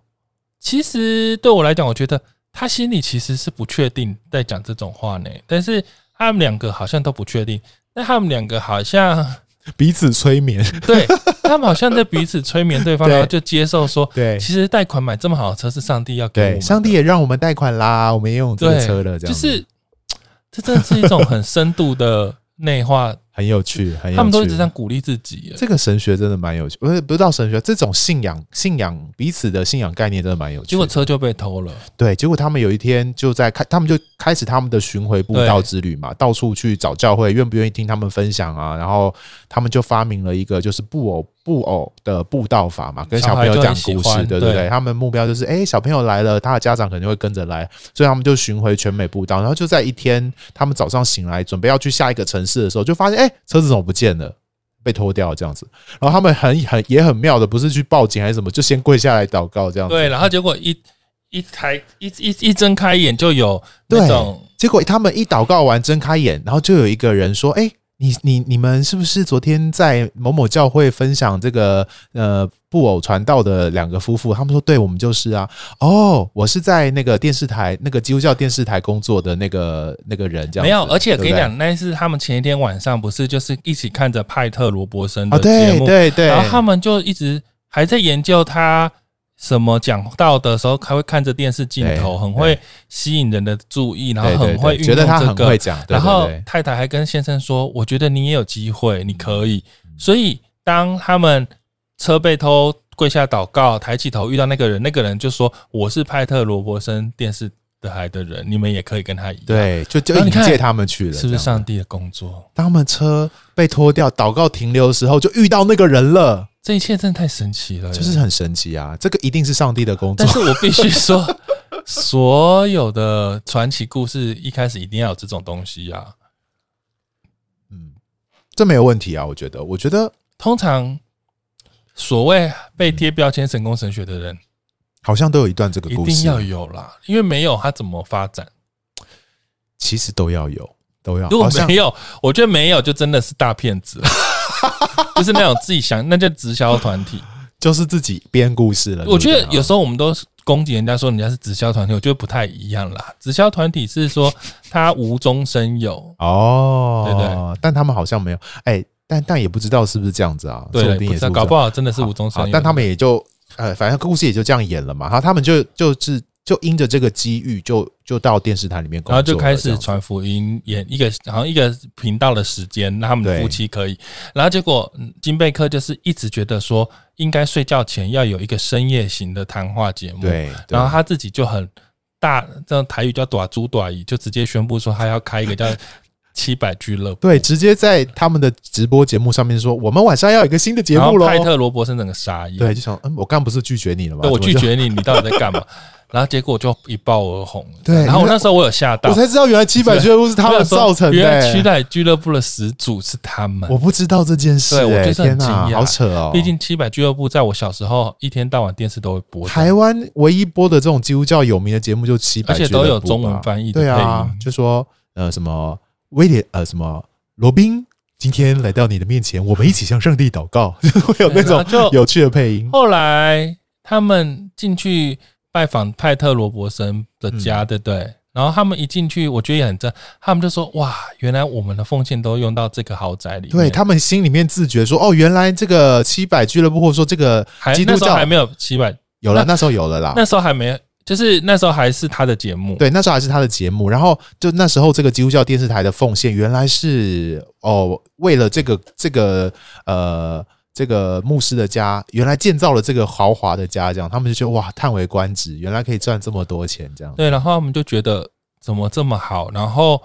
[SPEAKER 1] 其实对我来讲，我觉得他心里其实是不确定在讲这种话呢。但是他们两个好像都不确定，那他们两个好像 [LAUGHS]
[SPEAKER 3] 彼此催眠，
[SPEAKER 1] 对他们好像在彼此催眠对方，
[SPEAKER 3] [LAUGHS] 对
[SPEAKER 1] 然后就接受说，
[SPEAKER 3] 对
[SPEAKER 1] 其实贷款买这么好的车是上帝要给我们
[SPEAKER 3] 对，
[SPEAKER 1] 的，
[SPEAKER 3] 上帝也让我们贷款啦，我们也有这个
[SPEAKER 1] 对
[SPEAKER 3] 车了，
[SPEAKER 1] 就
[SPEAKER 3] 这样子
[SPEAKER 1] 是这真的是一种很深度的内化，
[SPEAKER 3] [LAUGHS] 很有趣，很有趣。
[SPEAKER 1] 他们都一直在鼓励自己。
[SPEAKER 3] 这个神学真的蛮有趣，不是不知道神学这种信仰信仰彼此的信仰概念真的蛮有趣的。
[SPEAKER 1] 结果车就被偷了，
[SPEAKER 3] 对，结果他们有一天就在开，他们就开始他们的巡回布道之旅嘛，到处去找教会愿不愿意听他们分享啊。然后他们就发明了一个就是布偶布偶的布道法嘛，跟小朋友讲
[SPEAKER 1] 小
[SPEAKER 3] 故
[SPEAKER 1] 孩就很喜
[SPEAKER 3] 事，
[SPEAKER 1] 欢
[SPEAKER 3] 对不对？
[SPEAKER 1] 对
[SPEAKER 3] 他们目标就是，哎、小朋友来了，他的家长肯定会跟着来，所以他们就巡回全美布道。然后就在一天，他们早上醒来准备要去下一个城市的时候，就发现，哎、车子怎么不见了？被偷掉这样子，然后他们很很也很妙的，不是去报警还是什么，就先跪下来祷告这样子。
[SPEAKER 1] 对，然后结果一一开一一一睁开眼就有那
[SPEAKER 3] 对
[SPEAKER 1] 种。
[SPEAKER 3] 结果他们一祷告完，睁开眼，然后就有一个人说：“哎、你你你们是不是昨天在某某教会分享这个呃布偶传道的两个夫妇？”他们说：“对，我们就是啊。”哦，我是在那个电视台，那个基督教电视台工作的那个那个人，这样子
[SPEAKER 1] 没有，而且
[SPEAKER 3] 对不
[SPEAKER 1] 跟你
[SPEAKER 3] 对
[SPEAKER 1] 讲，那是他们前一天晚上不是就是一起看着派特罗伯森
[SPEAKER 3] 啊，
[SPEAKER 1] 的节
[SPEAKER 3] 对
[SPEAKER 1] 目，
[SPEAKER 3] 对对，
[SPEAKER 1] 然后他们就一直还在研究他什么讲到的时候，还会看着电视镜头，
[SPEAKER 3] 对
[SPEAKER 1] 很会吸引人的注意，然后
[SPEAKER 3] 对对
[SPEAKER 1] 很会
[SPEAKER 3] 对
[SPEAKER 1] 运
[SPEAKER 3] 觉
[SPEAKER 1] 用
[SPEAKER 3] 得他
[SPEAKER 1] 这
[SPEAKER 3] 很会
[SPEAKER 1] 个。
[SPEAKER 3] 讲，对
[SPEAKER 1] 然后
[SPEAKER 3] 对对
[SPEAKER 1] 太太还跟先生说：“我觉得你也有机会，你可以。”所以当他们车被偷，跪下祷告，抬起头遇到那个人，那个人就说：“我是派特罗伯森电视台的人，你们也可以跟他一样。”，
[SPEAKER 3] 对，就就
[SPEAKER 1] 然后
[SPEAKER 3] 引
[SPEAKER 1] 你看
[SPEAKER 3] 荐他们去了，
[SPEAKER 1] 是不是
[SPEAKER 3] 这样
[SPEAKER 1] 上帝的工作？
[SPEAKER 3] 当他们车被拖掉，祷告停留的时候，就遇到那个人了，
[SPEAKER 1] 这一切真的太神奇了，
[SPEAKER 3] 就是很神奇啊！这个一定是上帝的工作
[SPEAKER 1] 但。是我必须说，所有的传奇故事一开始一定要有这种东西啊。
[SPEAKER 3] 嗯，这没有问题啊，我觉得，我觉得
[SPEAKER 1] 通常，所谓被贴标签成功神学的人，
[SPEAKER 3] 好像都有一段这个
[SPEAKER 1] 一
[SPEAKER 3] 故事，
[SPEAKER 1] 定要有啦，因为没有他怎么发展？
[SPEAKER 3] 其实都要有，都要。
[SPEAKER 1] 如果
[SPEAKER 3] 好像
[SPEAKER 1] 没有，我觉得没有就真的是大骗子了， [LAUGHS] 就是那种自己想，那叫直销团体。
[SPEAKER 3] 就是自己编故事了。
[SPEAKER 1] 我觉得有
[SPEAKER 3] 时
[SPEAKER 1] 时候我们都是攻击人家说人家是直销团体，我觉得不太一样啦。直销团体是说他无中生有，
[SPEAKER 3] 哦，
[SPEAKER 1] 对对，
[SPEAKER 3] 但他们好像没有，哎，但但也不知道是不是这样子啊，
[SPEAKER 1] 对，
[SPEAKER 3] 说不定
[SPEAKER 1] 不
[SPEAKER 3] 也
[SPEAKER 1] 知道
[SPEAKER 3] 是
[SPEAKER 1] 搞不
[SPEAKER 3] 好
[SPEAKER 1] 好真的是无中生
[SPEAKER 3] 好
[SPEAKER 1] 有。
[SPEAKER 3] 但他们也就呃，反正故事也就这样演了嘛。然后他们就就是就因着这个机遇，就就到电视台里面工作
[SPEAKER 1] 然
[SPEAKER 3] 了，
[SPEAKER 1] 后就开
[SPEAKER 3] 这
[SPEAKER 1] 始
[SPEAKER 3] 样子
[SPEAKER 1] 传福音，演一个好像一个频道的时间，让他们
[SPEAKER 3] 对
[SPEAKER 1] 夫妻可以。然后结果嗯金贝克就是一直觉得说，应该睡觉前要有一个深夜型的谈话节目。，
[SPEAKER 3] 对，对
[SPEAKER 1] 然后他自己就很大，这种台语叫“短猪短姨”，就直接宣布说他要开一个
[SPEAKER 3] [LAUGHS]
[SPEAKER 1] 叫“七百俱乐部
[SPEAKER 3] 对直接在他们的直播节目上面说，我们晚上要有一个新的”。节
[SPEAKER 1] 然
[SPEAKER 3] 目
[SPEAKER 1] 后
[SPEAKER 3] 喽。
[SPEAKER 1] 派特罗伯森整个傻眼，
[SPEAKER 3] 对，就想，嗯，我刚不是拒绝你了吗？
[SPEAKER 1] 对，我
[SPEAKER 3] 怎么
[SPEAKER 1] 拒
[SPEAKER 3] 就
[SPEAKER 1] 绝你，你到底在干嘛？ [LAUGHS] 然后结果就一爆而红。
[SPEAKER 3] 对
[SPEAKER 1] 然后
[SPEAKER 3] 因
[SPEAKER 1] 我
[SPEAKER 3] 为
[SPEAKER 1] 那时候我有吓到
[SPEAKER 3] [LAUGHS] 我，才知道原来七百俱乐部是他们造成的、
[SPEAKER 1] 原来
[SPEAKER 3] 欸
[SPEAKER 1] 七百俱乐部的始祖是他们。
[SPEAKER 3] 我不知道这件事、欸，
[SPEAKER 1] 对我就是很
[SPEAKER 3] 天哪
[SPEAKER 1] 惊讶
[SPEAKER 3] 好扯哦！
[SPEAKER 1] 毕竟七百俱乐部在我小时候一天到晚电视都会播的，
[SPEAKER 3] 台湾唯一播的这种基督教有名的节目就七百，
[SPEAKER 1] 而且都有中文翻译的
[SPEAKER 3] 对啊
[SPEAKER 1] 配音，
[SPEAKER 3] 就说呃什么威廉呃什么罗宾，今天来到你的面前，我们一起向上帝祷告， [LAUGHS] 就会有那
[SPEAKER 1] 对然后
[SPEAKER 3] 种
[SPEAKER 1] 就
[SPEAKER 3] 有趣的配音。
[SPEAKER 1] 后来他们进去拜访派特罗伯森的
[SPEAKER 3] 嗯
[SPEAKER 1] 家，对不对？然后他们一进去，我觉得也很正，他们就说：“哇，原来我们的奉献都用到这个豪宅里面。”
[SPEAKER 3] 对他们心里面自觉说，哦，原来这个七百俱乐部或者说这个
[SPEAKER 1] 还
[SPEAKER 3] 基督
[SPEAKER 1] 那时候
[SPEAKER 3] 教
[SPEAKER 1] 还没有七百，
[SPEAKER 3] 有了，那时候有了啦，
[SPEAKER 1] 那时候还没，就是那时候还是他的节目。
[SPEAKER 3] 对，那时候还是他的节目，然后就那时候这个基督教电视台的奉献原来是哦，为了这个这个呃这个牧师的家，原来建造了这个豪华的家，这样他们就觉得哇，叹为观止，原来可以赚这么多钱，这样
[SPEAKER 1] 对，然后他们就觉得怎么这么好，然后，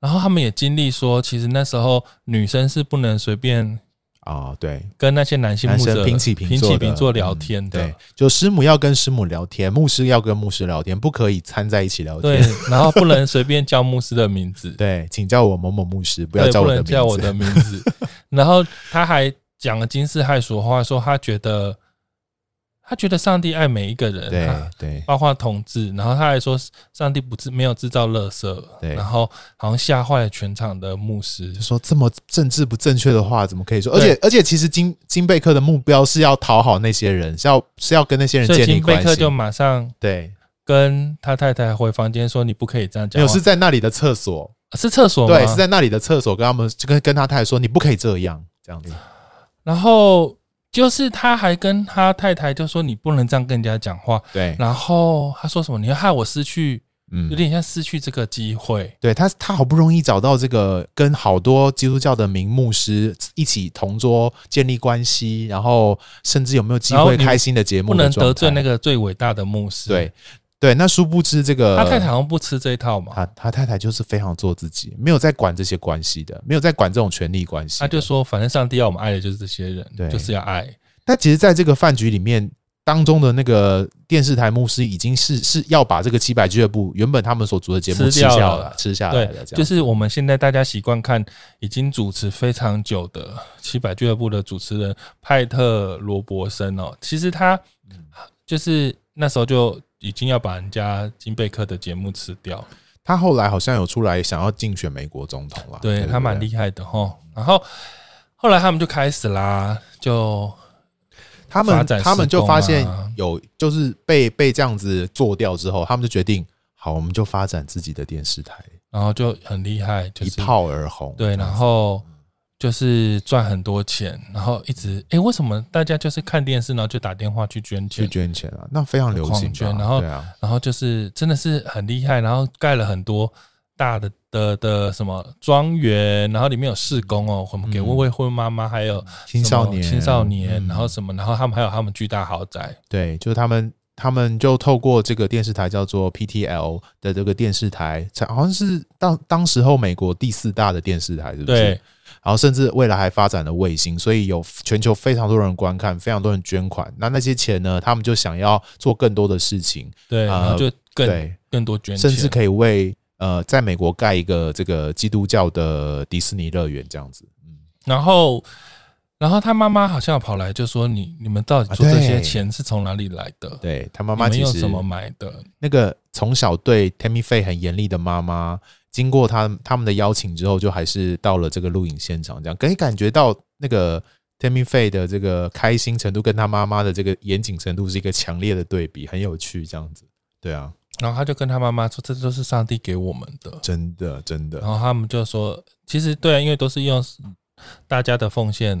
[SPEAKER 1] 然后他们也经历说，其实那时候女生是不能随便
[SPEAKER 3] 啊、对，
[SPEAKER 1] 跟那些男性
[SPEAKER 3] 男
[SPEAKER 1] 牧者
[SPEAKER 3] 生平起平
[SPEAKER 1] 平
[SPEAKER 3] 坐
[SPEAKER 1] 起
[SPEAKER 3] 的
[SPEAKER 1] 平坐聊天
[SPEAKER 3] 嗯
[SPEAKER 1] 的。
[SPEAKER 3] 对，就师母要跟师母聊天，牧师要跟牧师聊天，不可以掺在一起聊
[SPEAKER 1] 对
[SPEAKER 3] 天。，
[SPEAKER 1] 然后不能随便叫牧师的名字，
[SPEAKER 3] 对，请叫我某某牧师，不
[SPEAKER 1] 对，
[SPEAKER 3] 要叫我
[SPEAKER 1] 不
[SPEAKER 3] 的
[SPEAKER 1] 能
[SPEAKER 3] 名字。
[SPEAKER 1] 叫我的名字。然后他还讲了惊世骇俗的话，说他觉得他觉得上帝爱每一个人，
[SPEAKER 3] 对
[SPEAKER 1] 啊
[SPEAKER 3] 对
[SPEAKER 1] 包括同志，然后他还说上帝不制没有制造垃圾，
[SPEAKER 3] 对
[SPEAKER 1] 然后好像吓坏了全场的牧师，
[SPEAKER 3] [LAUGHS] 就说这么政治不正确的话，怎么可以说？而且而且，其实金金贝克的目标是要讨好那些人，是要是要跟那些人
[SPEAKER 1] 所以
[SPEAKER 3] 建立
[SPEAKER 1] 金贝
[SPEAKER 3] 关
[SPEAKER 1] 克
[SPEAKER 3] 系。
[SPEAKER 1] 就马上
[SPEAKER 3] 对，
[SPEAKER 1] 跟他太太回房间说：“你不可以这样
[SPEAKER 3] 没
[SPEAKER 1] 讲
[SPEAKER 3] 有
[SPEAKER 1] 话。
[SPEAKER 3] 是在那里的厕所，
[SPEAKER 1] 是厕所吗？
[SPEAKER 3] 对，是在那里的厕所，跟他们就跟跟他太太说，你不可以这样，这样子。
[SPEAKER 1] 然后就是他还跟他太太就说：“你不能这样跟人家讲话。”
[SPEAKER 3] 对，
[SPEAKER 1] 然后他说什么？你要害我失去，
[SPEAKER 3] 嗯
[SPEAKER 1] 有，点像失去这个机会。
[SPEAKER 3] 对他，他好不容易找到这个跟好多基督教的名牧师一起同桌建立关系，然后甚至有没有机
[SPEAKER 1] 然后
[SPEAKER 3] 会
[SPEAKER 1] 你
[SPEAKER 3] 开新的节目
[SPEAKER 1] 不
[SPEAKER 3] 的
[SPEAKER 1] 能
[SPEAKER 3] 状态
[SPEAKER 1] 得罪那个最伟大的牧师。
[SPEAKER 3] 对，对。那殊不知这个
[SPEAKER 1] 他太太好像不吃这一套嘛，
[SPEAKER 3] 他他太太就是非常做自己，没有在管这些关系的，没有在管这种权力关系
[SPEAKER 1] 他
[SPEAKER 3] 的。
[SPEAKER 1] 就说，反正上帝要我们爱的就是这些人，
[SPEAKER 3] 对
[SPEAKER 1] 就是要爱。
[SPEAKER 3] 但其实，在这个饭局里面当中的那个电视台牧师，已经是是要把这个七百俱乐部原本他们所做的节目
[SPEAKER 1] 吃
[SPEAKER 3] 吃
[SPEAKER 1] 掉
[SPEAKER 3] 下
[SPEAKER 1] 了
[SPEAKER 3] 了，吃下来
[SPEAKER 1] 对
[SPEAKER 3] 了，这样，
[SPEAKER 1] 就是我们现在大家习惯看已经主持非常久的七百俱乐部的主持人派特·罗伯森哦，其实他就是那时候就已经要把人家金贝克的节目吃掉了。
[SPEAKER 3] 他后来好像有出来想要竞选美国总统了，
[SPEAKER 1] 对
[SPEAKER 3] 不
[SPEAKER 1] 他蛮厉害的哈。然后后来他们就开始啦，就
[SPEAKER 3] 他
[SPEAKER 1] 发
[SPEAKER 3] 们
[SPEAKER 1] 展
[SPEAKER 3] 他们
[SPEAKER 1] 施
[SPEAKER 3] 就
[SPEAKER 1] 工
[SPEAKER 3] 发现
[SPEAKER 1] 啊
[SPEAKER 3] 有就是被被这样子做掉之后，他们就决定，好，我们就发展自己的电视台，
[SPEAKER 1] 然后就很厉害，就
[SPEAKER 3] 一
[SPEAKER 1] 是
[SPEAKER 3] 炮而红。
[SPEAKER 1] 对，然后就是赚很多钱，然后一直哎，为什么大家就是看电视，然后就打电话去捐
[SPEAKER 3] 去
[SPEAKER 1] 钱？
[SPEAKER 3] 捐钱啊，那非常流
[SPEAKER 1] 狂
[SPEAKER 3] 行吧。
[SPEAKER 1] 捐然后
[SPEAKER 3] 对啊，
[SPEAKER 1] 然后就是真的是很厉害，然后盖了很多大的的的什么庄园，然后里面有施工哦，我们给
[SPEAKER 3] 嗯
[SPEAKER 1] 未婚妈妈还有
[SPEAKER 3] 青
[SPEAKER 1] 什么
[SPEAKER 3] 少年，
[SPEAKER 1] 青少年，
[SPEAKER 3] 嗯
[SPEAKER 1] 然后什么，然后他们还有他们巨大豪宅，
[SPEAKER 3] 对，就是他们，他们就透过这个电视台叫做 PTL 的这个电视台，才好像是当当时候美国第四大的电视台，是不是？
[SPEAKER 1] 对。
[SPEAKER 3] 然后甚至未来还发展了卫星，所以有全球非常多人观看，非常多人捐款。那那些钱呢，他们就想要做更多的事情，
[SPEAKER 1] 对，然后
[SPEAKER 3] 呃
[SPEAKER 1] 就更
[SPEAKER 3] 对，
[SPEAKER 1] 更多捐钱，
[SPEAKER 3] 甚至可以为呃在美国盖一个这个基督教的迪士尼乐园这样子。嗯，
[SPEAKER 1] 然后，然后他妈妈好像跑来就说：“你你们到底
[SPEAKER 3] 啊
[SPEAKER 1] 做这些
[SPEAKER 3] 对
[SPEAKER 1] 钱是从哪里来的？
[SPEAKER 3] 对他
[SPEAKER 1] 妈
[SPEAKER 3] 妈妈
[SPEAKER 1] 你
[SPEAKER 3] 其
[SPEAKER 1] 们
[SPEAKER 3] 实
[SPEAKER 1] 用什么买的
[SPEAKER 3] 那个从小对 Tammy Faye 很严厉的妈妈，经过他他们的邀请之后，就还是到了这个录影现场，这样可以感觉到那个 Tammy Faye 的这个开心程度跟他妈妈的这个严谨程度是一个强烈的对比，很有趣，这样子。对啊，？”
[SPEAKER 1] 然后他就跟他妈妈说：“这都是上帝给我们的。
[SPEAKER 3] 真的真”
[SPEAKER 1] 然
[SPEAKER 3] 的，
[SPEAKER 1] 后他们就说：“其实对啊，因为都是用大家的奉献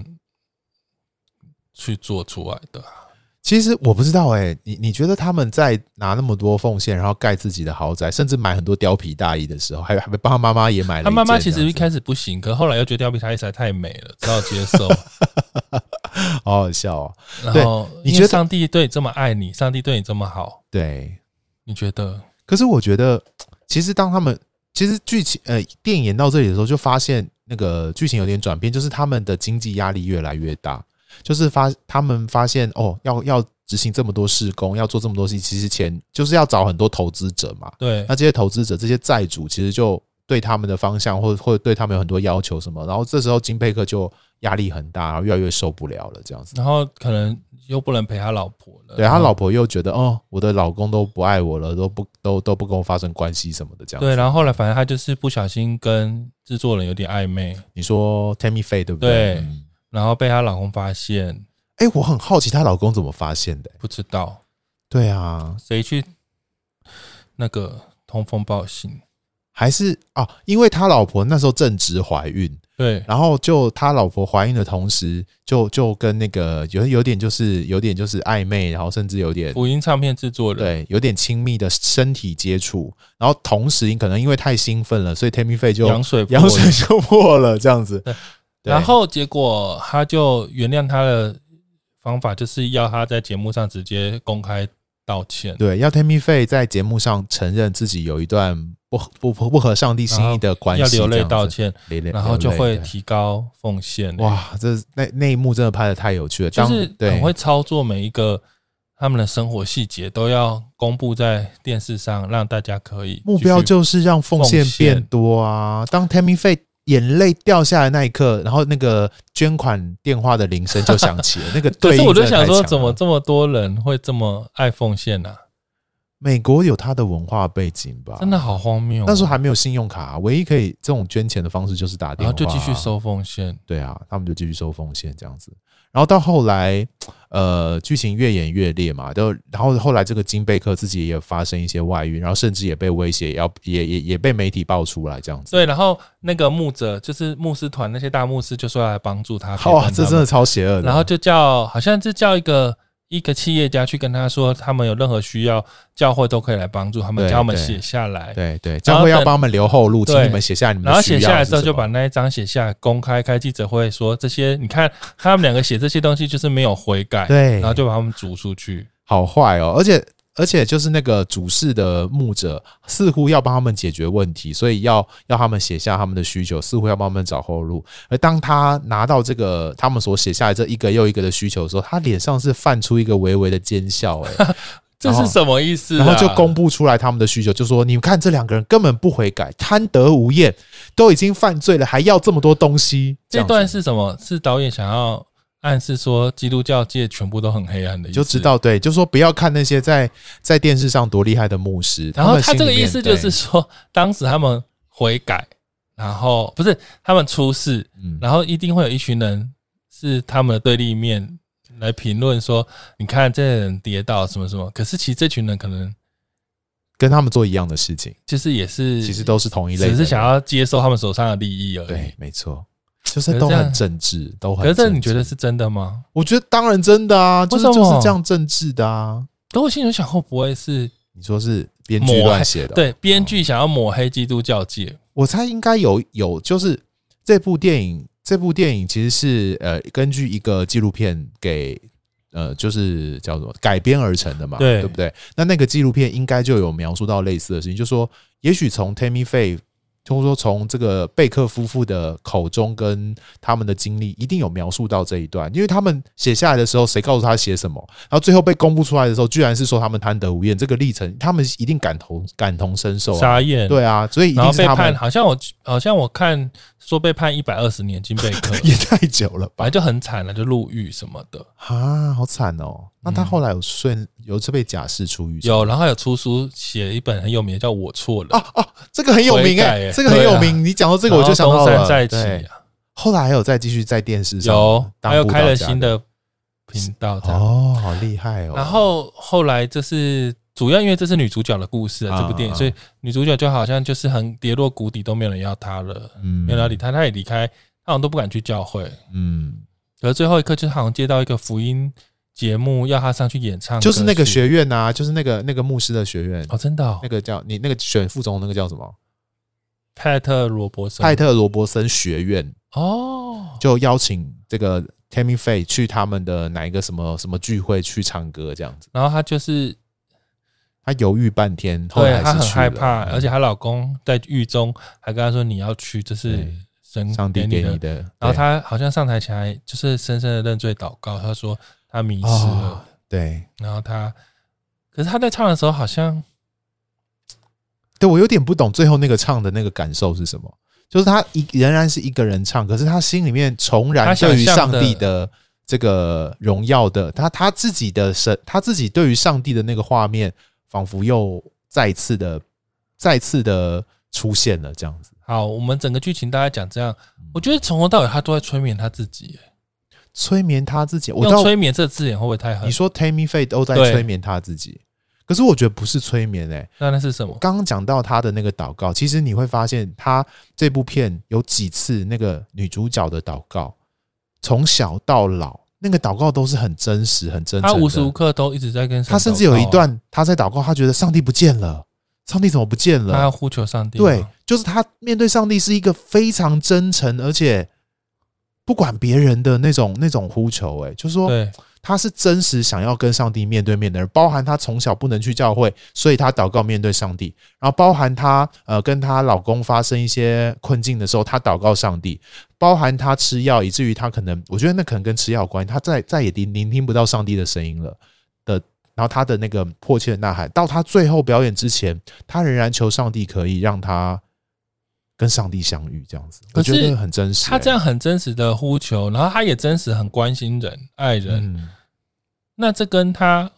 [SPEAKER 1] 去做出来的啊。
[SPEAKER 3] 其实我不知道哎、你你觉得他们在拿那么多奉献，然后盖自己的豪宅，甚至买很多貂皮大衣的时候，还还帮他妈妈也买了
[SPEAKER 1] 啊
[SPEAKER 3] 一
[SPEAKER 1] 他
[SPEAKER 3] 件这样子，
[SPEAKER 1] 妈妈其实一开始不行，可后来又觉得貂皮大衣实在太美了，只好接受。
[SPEAKER 3] [LAUGHS] 好好笑哦，对
[SPEAKER 1] 然后，
[SPEAKER 3] 你
[SPEAKER 1] 因为
[SPEAKER 3] 觉得
[SPEAKER 1] 上帝对你这么爱你，上帝对你这么好，
[SPEAKER 3] 对，
[SPEAKER 1] 你觉得？
[SPEAKER 3] 可是我觉得，其实当他们其实剧情呃电影演到这里的时候，就发现那个剧情有点转变，就是他们的经济压力越来越大，就是发他们发现哦，要要执行这么多施工，要做这么多事，其实钱就是要找很多投资者嘛。
[SPEAKER 1] 对
[SPEAKER 3] 那这些投资者、这些债主，其实就对他们的方向，或或者对他们有很多要求什么，然后这时候金佩克就压力很大，然后越来越受不了了，这样子。
[SPEAKER 1] 然后可能又不能陪他老婆了。
[SPEAKER 3] 对他
[SPEAKER 1] 然后
[SPEAKER 3] 老婆又觉得哦，我的老公都不爱我了，都不都都不跟我发生关系什么的，这样子
[SPEAKER 1] 对，然后后来反正他就是不小心跟制作人有点暧昧，
[SPEAKER 3] 你说 Tammy Faye 对不
[SPEAKER 1] 对
[SPEAKER 3] 对？哎、
[SPEAKER 1] 然后被她老公发现，
[SPEAKER 3] 诶我很好奇她老公怎么发现的、
[SPEAKER 1] 不知道
[SPEAKER 3] 对啊，
[SPEAKER 1] 谁去那个通风报信。
[SPEAKER 3] 还是啊，因为他老婆那时候正值怀孕，
[SPEAKER 1] 对，
[SPEAKER 3] 然后就他老婆怀孕的同时，就就跟那个有有点就是有点就是暧昧，然后甚至有点
[SPEAKER 1] 福音唱片制作人，
[SPEAKER 3] 对有点亲密的身体接触，然后同时可能因为太兴奋了，所以 Tammy Faye 就
[SPEAKER 1] 羊水
[SPEAKER 3] 羊
[SPEAKER 1] 破了
[SPEAKER 3] 水就破了这样子
[SPEAKER 1] 对。
[SPEAKER 3] 对
[SPEAKER 1] 然后结果他就原谅他的方法就是要他在节目上直接公开道歉。
[SPEAKER 3] 对，要 Tammy Faye 在节目上承认自己有一段不合不不不合上帝心意的关系，
[SPEAKER 1] 要流
[SPEAKER 3] 这
[SPEAKER 1] 泪
[SPEAKER 3] 样子
[SPEAKER 1] 道歉，
[SPEAKER 3] 流泪
[SPEAKER 1] 然后就
[SPEAKER 3] 流泪
[SPEAKER 1] 会
[SPEAKER 3] 对
[SPEAKER 1] 提高奉献。欸
[SPEAKER 3] 哇，这那那一幕真的拍的太有趣了，
[SPEAKER 1] 就
[SPEAKER 3] 当
[SPEAKER 1] 是很
[SPEAKER 3] 对
[SPEAKER 1] 会操作每一个他们的生活细节，都要公布在电视上，让大家可以
[SPEAKER 3] 目标
[SPEAKER 1] 继续
[SPEAKER 3] 就是让奉
[SPEAKER 1] 奉
[SPEAKER 3] 献
[SPEAKER 1] 献
[SPEAKER 3] 变多啊。当 Tammy Faye 眼泪掉下来那一刻，然后那个捐款电话的铃声就响起了，那个
[SPEAKER 1] [LAUGHS] 可
[SPEAKER 3] 对
[SPEAKER 1] 是
[SPEAKER 3] 应
[SPEAKER 1] 我就
[SPEAKER 3] 真的
[SPEAKER 1] 想
[SPEAKER 3] 太
[SPEAKER 1] 说，
[SPEAKER 3] 强
[SPEAKER 1] 怎么
[SPEAKER 3] 了
[SPEAKER 1] 这么多人会这么爱奉献呢、
[SPEAKER 3] 美国有它的文化背景吧？
[SPEAKER 1] 真的好荒谬哦、
[SPEAKER 3] 啊那时候还没有信用卡、啊唯一可以这种捐钱的方式就是打
[SPEAKER 1] 然
[SPEAKER 3] 电话，
[SPEAKER 1] 后就继续。收奉献，
[SPEAKER 3] 对啊，他们就继续收奉献这样子。然后到后来，呃，剧情越演越烈嘛，就然后后来这个金贝克自己也发生一些外遇，然后甚至也被威胁，也要也也也被媒体爆出来这样子。
[SPEAKER 1] 对，然后那个牧者就是牧师团那些大牧师就说要来帮助他，陪
[SPEAKER 3] 哇，
[SPEAKER 1] 伴
[SPEAKER 3] 哦这
[SPEAKER 1] 他
[SPEAKER 3] 真的
[SPEAKER 1] 们
[SPEAKER 3] 超邪恶的。
[SPEAKER 1] 然后就叫好像是叫一个一个企业家去跟他说，他们有任何需要，教会都可以来帮助他们，
[SPEAKER 3] 对
[SPEAKER 1] 叫他们
[SPEAKER 3] 对
[SPEAKER 1] 写下来，
[SPEAKER 3] 对对，教会要帮我们留后路，请
[SPEAKER 1] 对
[SPEAKER 3] 你们写下你们
[SPEAKER 1] 然后
[SPEAKER 3] 的需要
[SPEAKER 1] 写
[SPEAKER 3] 是什么。
[SPEAKER 1] 下来之后，就把那一张写下来，公开开记者会说这些，你看他们两个写这些东西就是没有悔改，
[SPEAKER 3] 对，
[SPEAKER 1] 然后就把他们逐出去。
[SPEAKER 3] 好坏哦，而且而且就是那个主事的牧者似乎要帮他们解决问题，所以要要他们写下他们的需求，似乎要帮他们找后路。而当他拿到这个他们所写下来这一个又一个的需求的时候，他脸上是泛出一个微微的奸笑、哎，
[SPEAKER 1] 这 [LAUGHS] 是啊什么意思、啊？
[SPEAKER 3] 然后就公布出来他们的需求，就说你们看这两个人根本不悔改，贪得无厌，都已经犯罪了，还要这么多东西。
[SPEAKER 1] 这
[SPEAKER 3] 样子
[SPEAKER 1] 段是什么？是导演想要暗示说基督教界全部都很黑暗的意思，
[SPEAKER 3] 你就知。道，对，就说不要看那些在在电视上多厉害的牧师，
[SPEAKER 1] 然后
[SPEAKER 3] 们
[SPEAKER 1] 他
[SPEAKER 3] 心
[SPEAKER 1] 这个
[SPEAKER 3] 里
[SPEAKER 1] 意
[SPEAKER 3] 面
[SPEAKER 1] 思就是，说， [LAUGHS] 当时他们悔改，然后不是他们出事，
[SPEAKER 3] 对嗯
[SPEAKER 1] 然后一定会有一群人是他们的对立面来评论说，你看这些人跌倒什么什么。可是其实这群人可能
[SPEAKER 3] 跟他们做一样的事情，
[SPEAKER 1] 就是也是，
[SPEAKER 3] 其实都是同一类的人，
[SPEAKER 1] 只是想要接受他们手上的利益而已。
[SPEAKER 3] 对，没错，就是
[SPEAKER 1] 可是
[SPEAKER 3] 都
[SPEAKER 1] 这样
[SPEAKER 3] 很政治，都很
[SPEAKER 1] 可是这
[SPEAKER 3] 政
[SPEAKER 1] 你觉得
[SPEAKER 3] 治？
[SPEAKER 1] 是真的吗？
[SPEAKER 3] 我觉得当然真的啊，就是
[SPEAKER 1] 为什
[SPEAKER 3] 就
[SPEAKER 1] 么
[SPEAKER 3] 是这样政治的啊。
[SPEAKER 1] 可我心里想，会不会是
[SPEAKER 3] 你说是编剧
[SPEAKER 1] 抹
[SPEAKER 3] 乱
[SPEAKER 1] 黑
[SPEAKER 3] 写的？，
[SPEAKER 1] 对编剧想要抹黑基督教界？
[SPEAKER 3] 我猜应该有有，就是这部电影，这部电影其实是呃根据一个纪录片给。呃，就是叫做改编而成的嘛，
[SPEAKER 1] 对
[SPEAKER 3] 不对？那那个纪录片应该就有描述到类似的事情，就说也许从 Tammy Faye，就是说从这个贝克夫妇的口中跟他们的经历，一定有描述到这一段，因为他们写下来的时候，谁告诉他写什么，然后最后被公布出来的时候，居然是说他们贪得无厌，这个历程，他们一定感同感同身受、啊，
[SPEAKER 1] 沙燕，
[SPEAKER 3] 对啊，所以一
[SPEAKER 1] 然
[SPEAKER 3] 定
[SPEAKER 1] 后
[SPEAKER 3] 是
[SPEAKER 1] 被
[SPEAKER 3] 他
[SPEAKER 1] 判，
[SPEAKER 3] 们，
[SPEAKER 1] 好像我好像我看说被判一百二十年金贝克
[SPEAKER 3] [LAUGHS] 也太久了吧？
[SPEAKER 1] 反正就很惨了，就入狱什么的。
[SPEAKER 3] 啊，好惨哦！那
[SPEAKER 1] 嗯
[SPEAKER 3] 他后来有顺有是被假释出狱？
[SPEAKER 1] 有，然后还有出书写一本很有名的叫《我错了》，
[SPEAKER 3] 啊啊，这个很有名
[SPEAKER 1] 悔改
[SPEAKER 3] 哎，
[SPEAKER 1] 哎
[SPEAKER 3] 这个很有
[SPEAKER 1] 对
[SPEAKER 3] 名。你讲到这个，我就想到
[SPEAKER 1] 然
[SPEAKER 3] 了。
[SPEAKER 1] 后东山再
[SPEAKER 3] 对
[SPEAKER 1] 起、，啊，
[SPEAKER 3] 后来还有再继续在电视上
[SPEAKER 1] 有，
[SPEAKER 3] 当
[SPEAKER 1] 还有
[SPEAKER 3] 布
[SPEAKER 1] 开
[SPEAKER 3] 道
[SPEAKER 1] 了
[SPEAKER 3] 家
[SPEAKER 1] 新的频道这样。
[SPEAKER 3] 哦，好厉害哦。
[SPEAKER 1] 然后后来这是主要因为这是女主角的故事啊，这部电影，
[SPEAKER 3] 啊
[SPEAKER 1] 所以女主角就好像就是很跌落谷底，都没有人要她了，
[SPEAKER 3] 嗯
[SPEAKER 1] 没有人要理她，她也离开，她好像都不敢去教会。
[SPEAKER 3] 嗯，
[SPEAKER 1] 可是最后一刻，就是好像接到一个福音节目，要她上去演唱歌曲，
[SPEAKER 3] 就是那个学院呐，就是那个那个牧师的学院，
[SPEAKER 1] 哦，真的、哦
[SPEAKER 3] 那个叫你那个选副总那个叫什么？
[SPEAKER 1] 派特罗伯森，
[SPEAKER 3] 派特罗伯森学院，
[SPEAKER 1] 哦，
[SPEAKER 3] 就邀请这个 Tammy Faye 去他们的哪一个什么什么聚会去唱歌这样子。
[SPEAKER 1] 然后她就是
[SPEAKER 3] 她犹豫半天，后来
[SPEAKER 1] 对
[SPEAKER 3] 还
[SPEAKER 1] 她
[SPEAKER 3] 是
[SPEAKER 1] 很
[SPEAKER 3] 去
[SPEAKER 1] 害
[SPEAKER 3] 了
[SPEAKER 1] 怕，
[SPEAKER 3] 嗯
[SPEAKER 1] 而且她老公在狱中还跟她说你要去，这是
[SPEAKER 3] 对
[SPEAKER 1] 神
[SPEAKER 3] 上帝
[SPEAKER 1] 嗯给
[SPEAKER 3] 给你
[SPEAKER 1] 的。
[SPEAKER 3] 的。
[SPEAKER 1] 然后
[SPEAKER 3] 对
[SPEAKER 1] 她好像上台前还就是深深的认罪祷告，她说她迷失了，
[SPEAKER 3] 哦对
[SPEAKER 1] 然后她可是她在唱的时候好像
[SPEAKER 3] 对，我有点不懂最后那个唱的那个感受是什么，就是他一仍然是一个人唱，可是他心里面重燃
[SPEAKER 1] 他想
[SPEAKER 3] 对于上
[SPEAKER 1] 象的
[SPEAKER 3] 帝的。这个荣耀的他，他自己的神，他自己对于上帝的那个画面，仿佛又再次的、再次的出现了，这样子。
[SPEAKER 1] 好，我们整个剧情大概讲这样，
[SPEAKER 3] 嗯
[SPEAKER 1] 我觉得从头到尾她都在催眠她自己，
[SPEAKER 3] 催眠他自己，我
[SPEAKER 1] 用
[SPEAKER 3] 到
[SPEAKER 1] 催眠这个字眼会不会太狠
[SPEAKER 3] 你？说 Tammy Faye 都在
[SPEAKER 1] 对
[SPEAKER 3] 催眠他自己，可是我觉得不是催眠欸诶、
[SPEAKER 1] 那那是什么？
[SPEAKER 3] 刚刚讲到他的那个祷告，其实你会发现他这部片有几次那个女主角的祷告，从小到老，那个祷告都是很真实、很真诚
[SPEAKER 1] 她
[SPEAKER 3] 的。
[SPEAKER 1] 无时无刻都一直在跟神
[SPEAKER 3] 他甚至有一
[SPEAKER 1] 祷告啊
[SPEAKER 3] 段他在祷告，他觉得上帝不见了，上帝怎么不见
[SPEAKER 1] 他
[SPEAKER 3] 了
[SPEAKER 1] 要？啊呼求上帝吗。
[SPEAKER 3] 对，就是他面对上帝是一个非常真诚，而且不管别人的那种那种呼求、欸，就是说，
[SPEAKER 1] 对，
[SPEAKER 3] 他是真实想要跟上帝面对面的人，包含他从小不能去教会，所以他祷告面对上帝，然后包含他呃跟她老公发生一些困境的时候，他祷告上帝，包含他吃药，以至于他可能我觉得那可能跟吃药有关系，他再再也聆聆听不到上帝的声音了的，然后他的那个迫切的呐喊，到他最后表演之前，他仍然求上帝可以让他跟上帝相遇这样子，我
[SPEAKER 1] 可是
[SPEAKER 3] 觉得很真实、
[SPEAKER 1] 他这样很真实的呼求，然后他也真实很关心人、爱
[SPEAKER 3] 欸，
[SPEAKER 1] 人。
[SPEAKER 3] 嗯，
[SPEAKER 1] 那这跟他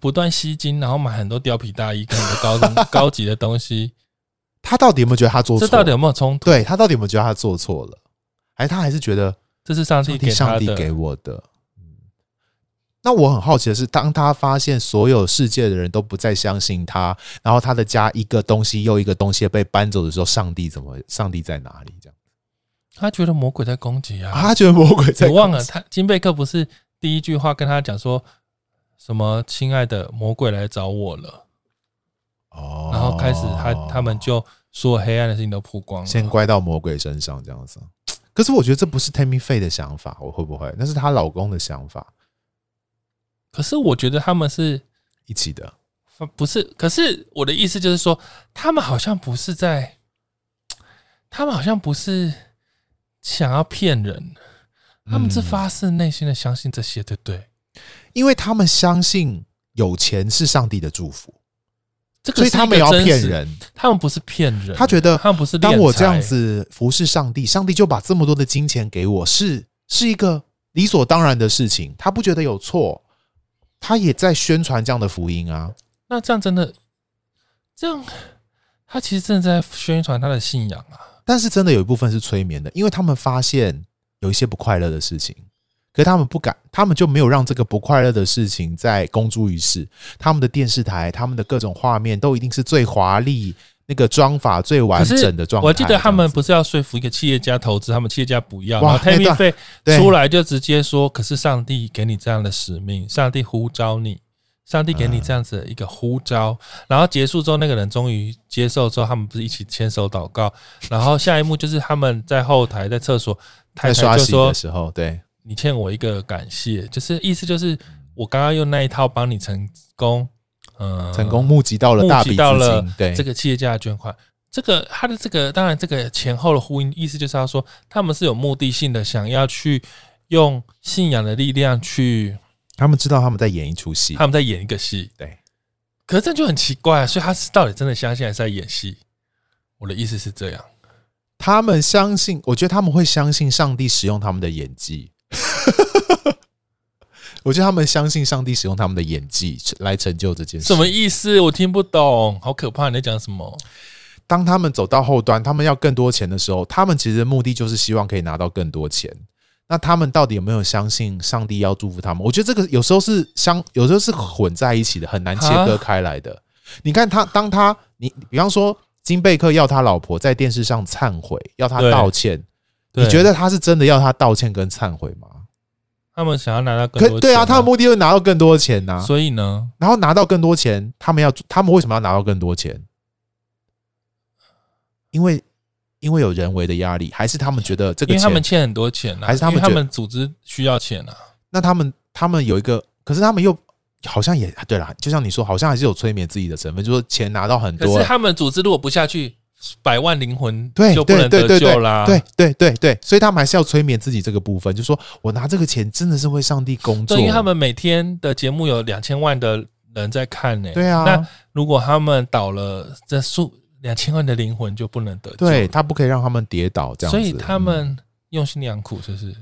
[SPEAKER 1] 不断吸金，然后买很多貂皮大衣跟很多高
[SPEAKER 3] [LAUGHS]
[SPEAKER 1] 中高级的东西，
[SPEAKER 3] 他到底有没有觉得他做错？
[SPEAKER 1] 这到底有没有冲突？
[SPEAKER 3] 对他到底有没有觉得他做错了？还是他还是觉得
[SPEAKER 1] 这是上帝
[SPEAKER 3] 上
[SPEAKER 1] 给
[SPEAKER 3] 帝
[SPEAKER 1] 他
[SPEAKER 3] 上帝给
[SPEAKER 1] 的。
[SPEAKER 3] 我的。嗯那我很好奇的是，当他发现所有世界的人都不再相信他，然后他的家一个东西又一个东西被搬走的时候，上帝怎么？上帝在哪里？这样
[SPEAKER 1] 他觉得魔鬼在攻击
[SPEAKER 3] 啊，他觉得魔鬼在
[SPEAKER 1] 你忘
[SPEAKER 3] 控
[SPEAKER 1] 了
[SPEAKER 3] 制
[SPEAKER 1] 他金贝克不是第一句话跟他讲说什么“亲爱的，魔鬼来找我了 [LAUGHS]
[SPEAKER 3] 哦”，，
[SPEAKER 1] 然后开始他他们就所有黑暗的事情都曝光了。
[SPEAKER 3] 先怪到魔鬼身上这样子。可是我觉得这不是 Tammy Faye 的想法，我会不会？那是她老公的想法
[SPEAKER 1] 可是我觉得他们是
[SPEAKER 3] 一起的。
[SPEAKER 1] 呃不是？可是我的意思就是说，他们好像不是在，他们好像不是想要骗人，他们是
[SPEAKER 3] 嗯
[SPEAKER 1] 发自内心的相信这些，对不对？
[SPEAKER 3] 因为他们相信有钱是上帝的祝福，
[SPEAKER 1] 这个
[SPEAKER 3] 所以
[SPEAKER 1] 是一
[SPEAKER 3] 他
[SPEAKER 1] 个
[SPEAKER 3] 们要
[SPEAKER 1] 真
[SPEAKER 3] 骗
[SPEAKER 1] 实，
[SPEAKER 3] 人。
[SPEAKER 1] 他们不是骗人，
[SPEAKER 3] 他觉得
[SPEAKER 1] 他们不是
[SPEAKER 3] 当我
[SPEAKER 1] 敛
[SPEAKER 3] 这样
[SPEAKER 1] 财
[SPEAKER 3] 子服侍上帝，上帝就把这么多的金钱给我，是是一个理所当然的事情。他不觉得有错，他也在宣传这样的福音啊。
[SPEAKER 1] 那这样真的，这样他其实正在宣传他的信仰啊。
[SPEAKER 3] 但是真的有一部分是催眠的，因为他们发现有一些不快乐的事情，可是他们不敢，他们就没有让这个不快乐的事情再公诸于世。他们的电视台，他们的各种画面都一定是最华丽、那个妆法最完
[SPEAKER 1] 可是
[SPEAKER 3] 整的状态。
[SPEAKER 1] 我记得他们
[SPEAKER 3] 这样子
[SPEAKER 1] 不是要说服一个企业家投资，他们企业家不要，然
[SPEAKER 3] 哇
[SPEAKER 1] 后 t a
[SPEAKER 3] 那
[SPEAKER 1] m
[SPEAKER 3] 段
[SPEAKER 1] y
[SPEAKER 3] 对
[SPEAKER 1] 出来就直接说：“可是上帝给你这样的使命，上帝呼召你，上帝给你这样子的一个呼召。然后结束之后，那个人终于接受之后，他们不是一起牵手祷告，然后下一幕就是他们在后台在厕所，太
[SPEAKER 3] 在刷
[SPEAKER 1] 太就
[SPEAKER 3] 洗
[SPEAKER 1] 说
[SPEAKER 3] 的时候，对，：“
[SPEAKER 1] 你欠我一个感谢。”就是意思就是我刚刚用那一套帮你成功，嗯、
[SPEAKER 3] 成功募集到了大
[SPEAKER 1] 募
[SPEAKER 3] 笔
[SPEAKER 1] 集
[SPEAKER 3] 资
[SPEAKER 1] 到了
[SPEAKER 3] 金，对
[SPEAKER 1] 这个企业家的捐款。这个他的这个当然这个前后的呼应，意思就是要说他们是有目的性的，想要去用信仰的力量去
[SPEAKER 3] 他们知道他们在演一出戏
[SPEAKER 1] 他，们在演一个戏。
[SPEAKER 3] 对，
[SPEAKER 1] 可是这就很奇怪、所以他是到底真的相信还是在演戏？我的意思是这样，
[SPEAKER 3] 他们相信，我觉得他们会相信上帝使用他们的演技。 [LAUGHS] 我觉得他们相信上帝使用他们的演技来成就这件事。
[SPEAKER 1] 什么？意思？我听不懂，好可怕！你在讲什么？
[SPEAKER 3] 当他们走到后端，他们要更多钱的时候，他们其实目的就是希望可以拿到更多钱。那他们到底有没有相信上帝要祝福他们？我觉得这个有时候是相，有时候是混在一起的，很难切割
[SPEAKER 1] 啊
[SPEAKER 3] 开来的。你看他，当他你比方说金贝克要他老婆在电视上忏悔，要他
[SPEAKER 1] 对
[SPEAKER 3] 道歉，
[SPEAKER 1] 对
[SPEAKER 3] 你觉得他是真的要他道歉跟忏悔吗？
[SPEAKER 1] 他们想要拿到更多
[SPEAKER 3] 可对啊，他的
[SPEAKER 1] 们
[SPEAKER 3] 目的就是拿到更多钱啊呐、
[SPEAKER 1] 所以呢，
[SPEAKER 3] 然后拿到更多钱，他们要他们为什么要拿到更多钱？因为因为有人为的压力，还是他们觉得这
[SPEAKER 1] 因
[SPEAKER 3] 个
[SPEAKER 1] 为
[SPEAKER 3] 钱？
[SPEAKER 1] 他们欠很多钱啊，
[SPEAKER 3] 还是他
[SPEAKER 1] 因
[SPEAKER 3] 们
[SPEAKER 1] 为
[SPEAKER 3] 觉
[SPEAKER 1] 他
[SPEAKER 3] 得
[SPEAKER 1] 们组织需要钱啊。
[SPEAKER 3] 那他们他们有一个，可是他们又好像也对啦，就像你说，好像还是有催眠自己的成分，就是说钱拿到很
[SPEAKER 1] 可
[SPEAKER 3] 多啊
[SPEAKER 1] 是，他们组织如果不下去，百万灵魂
[SPEAKER 3] 对
[SPEAKER 1] 就不
[SPEAKER 3] 对
[SPEAKER 1] 能
[SPEAKER 3] 对
[SPEAKER 1] 得
[SPEAKER 3] 对
[SPEAKER 1] 救
[SPEAKER 3] 对
[SPEAKER 1] 啦。
[SPEAKER 3] 对对对对，所以他们还是要催眠自己这个部分，就说我拿这个钱真的是为上帝工作，
[SPEAKER 1] 对，因为他们每天的节目有两千万的人在看呢、
[SPEAKER 3] 对啊
[SPEAKER 1] 那如果他们倒了，这数两千万的灵魂就不能得救。
[SPEAKER 3] 对，他不可以让他们跌倒这样
[SPEAKER 1] 所
[SPEAKER 3] 子，
[SPEAKER 1] 以他
[SPEAKER 3] 嗯
[SPEAKER 1] 们用心良苦，就是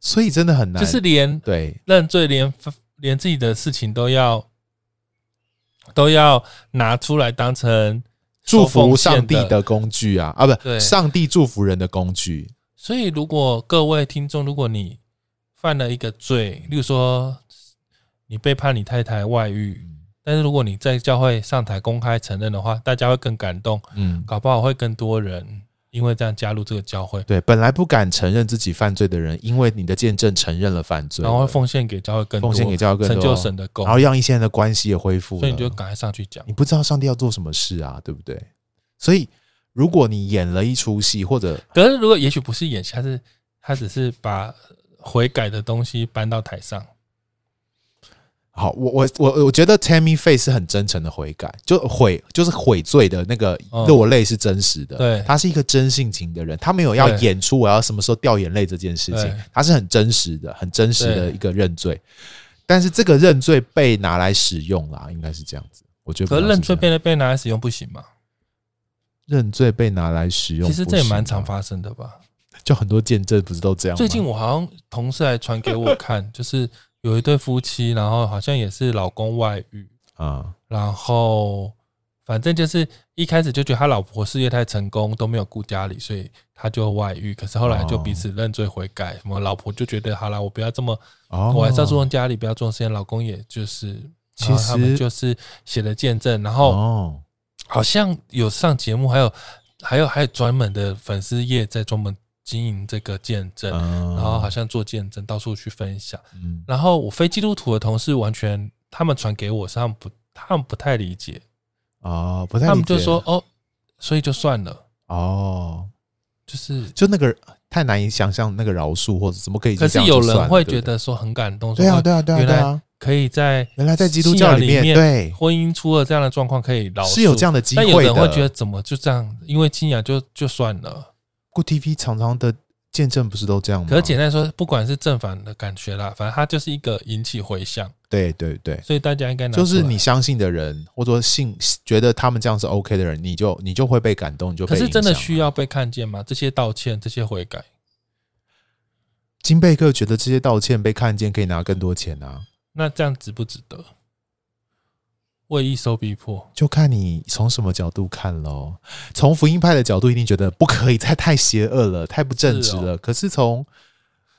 [SPEAKER 3] 所以真的很难，
[SPEAKER 1] 就是连
[SPEAKER 3] 对
[SPEAKER 1] 认罪，连 [LAUGHS] 连自己的事情都要都要拿出来当成
[SPEAKER 3] 祝福上帝
[SPEAKER 1] 收奉献
[SPEAKER 3] 的工具啊啊，不，
[SPEAKER 1] 对
[SPEAKER 3] 上帝祝福人的工具。
[SPEAKER 1] 所以，如果各位听众，如果你犯了一个罪，例如说你背叛你太太外遇，
[SPEAKER 3] 嗯
[SPEAKER 1] 但是如果你在教会上台公开承认的话，大家会更感动，
[SPEAKER 3] 嗯，
[SPEAKER 1] 搞不好会更多人因为这样加入这个教会，
[SPEAKER 3] 对，本来不敢承认自己犯罪的人，因为你的见证承认了犯罪了，
[SPEAKER 1] 然后会奉献给教会更多，
[SPEAKER 3] 奉献给教会更
[SPEAKER 1] 成
[SPEAKER 3] 多
[SPEAKER 1] 就神的功
[SPEAKER 3] 然，后让一些人的关系也恢复了。
[SPEAKER 1] 所以你就赶快上去讲
[SPEAKER 3] 你。不知道上帝要做什么事啊，对不对？所以如果你演了一出戏，或者
[SPEAKER 1] 可是，如果也许不是演戏，他是他只是把悔改的东西搬到台上，
[SPEAKER 3] 好，我我我我觉得 Tammy Faye 是很真诚的悔改，就悔就是悔罪的那个
[SPEAKER 1] 嗯
[SPEAKER 3] 落泪是真实的，
[SPEAKER 1] 对
[SPEAKER 3] 他是一个真性情的人，他没有要
[SPEAKER 1] 对
[SPEAKER 3] 演出我要什么时候掉眼泪这件事情
[SPEAKER 1] 对，
[SPEAKER 3] 他是很真实的，很真实的
[SPEAKER 1] 对
[SPEAKER 3] 一个认罪，但是这个认罪被拿来使用啦，应该是这样子，我觉得
[SPEAKER 1] 可是
[SPEAKER 3] 比较是
[SPEAKER 1] 认罪
[SPEAKER 3] 这样
[SPEAKER 1] 被被拿来使用不行吗？
[SPEAKER 3] 认罪被拿来使用，
[SPEAKER 1] 其实这也
[SPEAKER 3] 不行啊
[SPEAKER 1] 蛮
[SPEAKER 3] 吗
[SPEAKER 1] 常，发生的吧。
[SPEAKER 3] 就很多见证不是都这样吗？
[SPEAKER 1] 最近我好像同事还传给我
[SPEAKER 3] [LAUGHS]
[SPEAKER 1] 看，就是有一对夫妻，然后好像也是老公外遇，
[SPEAKER 3] 啊，
[SPEAKER 1] 然后反正就是一开始就觉得他老婆事业太成功，都没有顾家里，所以他就外遇。可是后来就彼此认罪悔改，什么老婆就觉得好啦，我不要这么，
[SPEAKER 3] 哦，
[SPEAKER 1] 我还是要注重家里，不要重视事业。老公也就是，
[SPEAKER 3] 嗯其
[SPEAKER 1] 然后他们
[SPEAKER 3] 实
[SPEAKER 1] 就是写了见证，然后
[SPEAKER 3] 哦，
[SPEAKER 1] 好像有上节目，还有还有还有专门的粉丝页在专门经营这个见证。
[SPEAKER 3] 嗯，
[SPEAKER 1] 然后哦好像做见证，到处去分享。
[SPEAKER 3] 嗯
[SPEAKER 1] 然后我非基督徒的同事完全，他们传给我是他们不，他们不太理解，
[SPEAKER 3] 哦，不太理解，
[SPEAKER 1] 他们就说哦，所以就算了，
[SPEAKER 3] 哦，
[SPEAKER 1] 就是。
[SPEAKER 3] 就那个太难以想象那个饶恕或者怎么可以
[SPEAKER 1] 可
[SPEAKER 3] 这
[SPEAKER 1] 是
[SPEAKER 3] 样就
[SPEAKER 1] 有
[SPEAKER 3] 算了，
[SPEAKER 1] 人会觉
[SPEAKER 3] 对不
[SPEAKER 1] 得说很感动，
[SPEAKER 3] 对，对
[SPEAKER 1] 说
[SPEAKER 3] 啊，
[SPEAKER 1] 哦
[SPEAKER 3] 对啊，对啊，
[SPEAKER 1] 原
[SPEAKER 3] 对
[SPEAKER 1] 来
[SPEAKER 3] 啊，
[SPEAKER 1] 可以在
[SPEAKER 3] 原来在基督教
[SPEAKER 1] 信
[SPEAKER 3] 面
[SPEAKER 1] 仰面
[SPEAKER 3] 对
[SPEAKER 1] 婚姻出了这样的状况可以饶恕，
[SPEAKER 3] 是有这样的机
[SPEAKER 1] 但
[SPEAKER 3] 会
[SPEAKER 1] 有人
[SPEAKER 3] 的。
[SPEAKER 1] 会觉得怎么就这样，因为信仰就就算了。
[SPEAKER 3] Good TV 常常的见证不是都这样吗？
[SPEAKER 1] 可是简单说，不管是正反的感觉啦，反正它就是一个引起回响，
[SPEAKER 3] 对对对，
[SPEAKER 1] 所以大家应该拿
[SPEAKER 3] 就是
[SPEAKER 1] 出来
[SPEAKER 3] 你相信的人，或者说信觉得他们这样是 OK 的人，你就你就会被感动，你就
[SPEAKER 1] 可
[SPEAKER 3] 被
[SPEAKER 1] 是真的
[SPEAKER 3] 影响啊
[SPEAKER 1] 需要被看见吗？这些道歉，这些悔改，
[SPEAKER 3] 金贝克觉得这些道歉被看见，可以拿更多钱啊，
[SPEAKER 1] 那这样值不值得？为义受逼迫，
[SPEAKER 3] 就看你从什么角度看喽。从福音派的角度，一定觉得不可以再太邪恶了，太不正直
[SPEAKER 1] 是哦
[SPEAKER 3] 了。可是从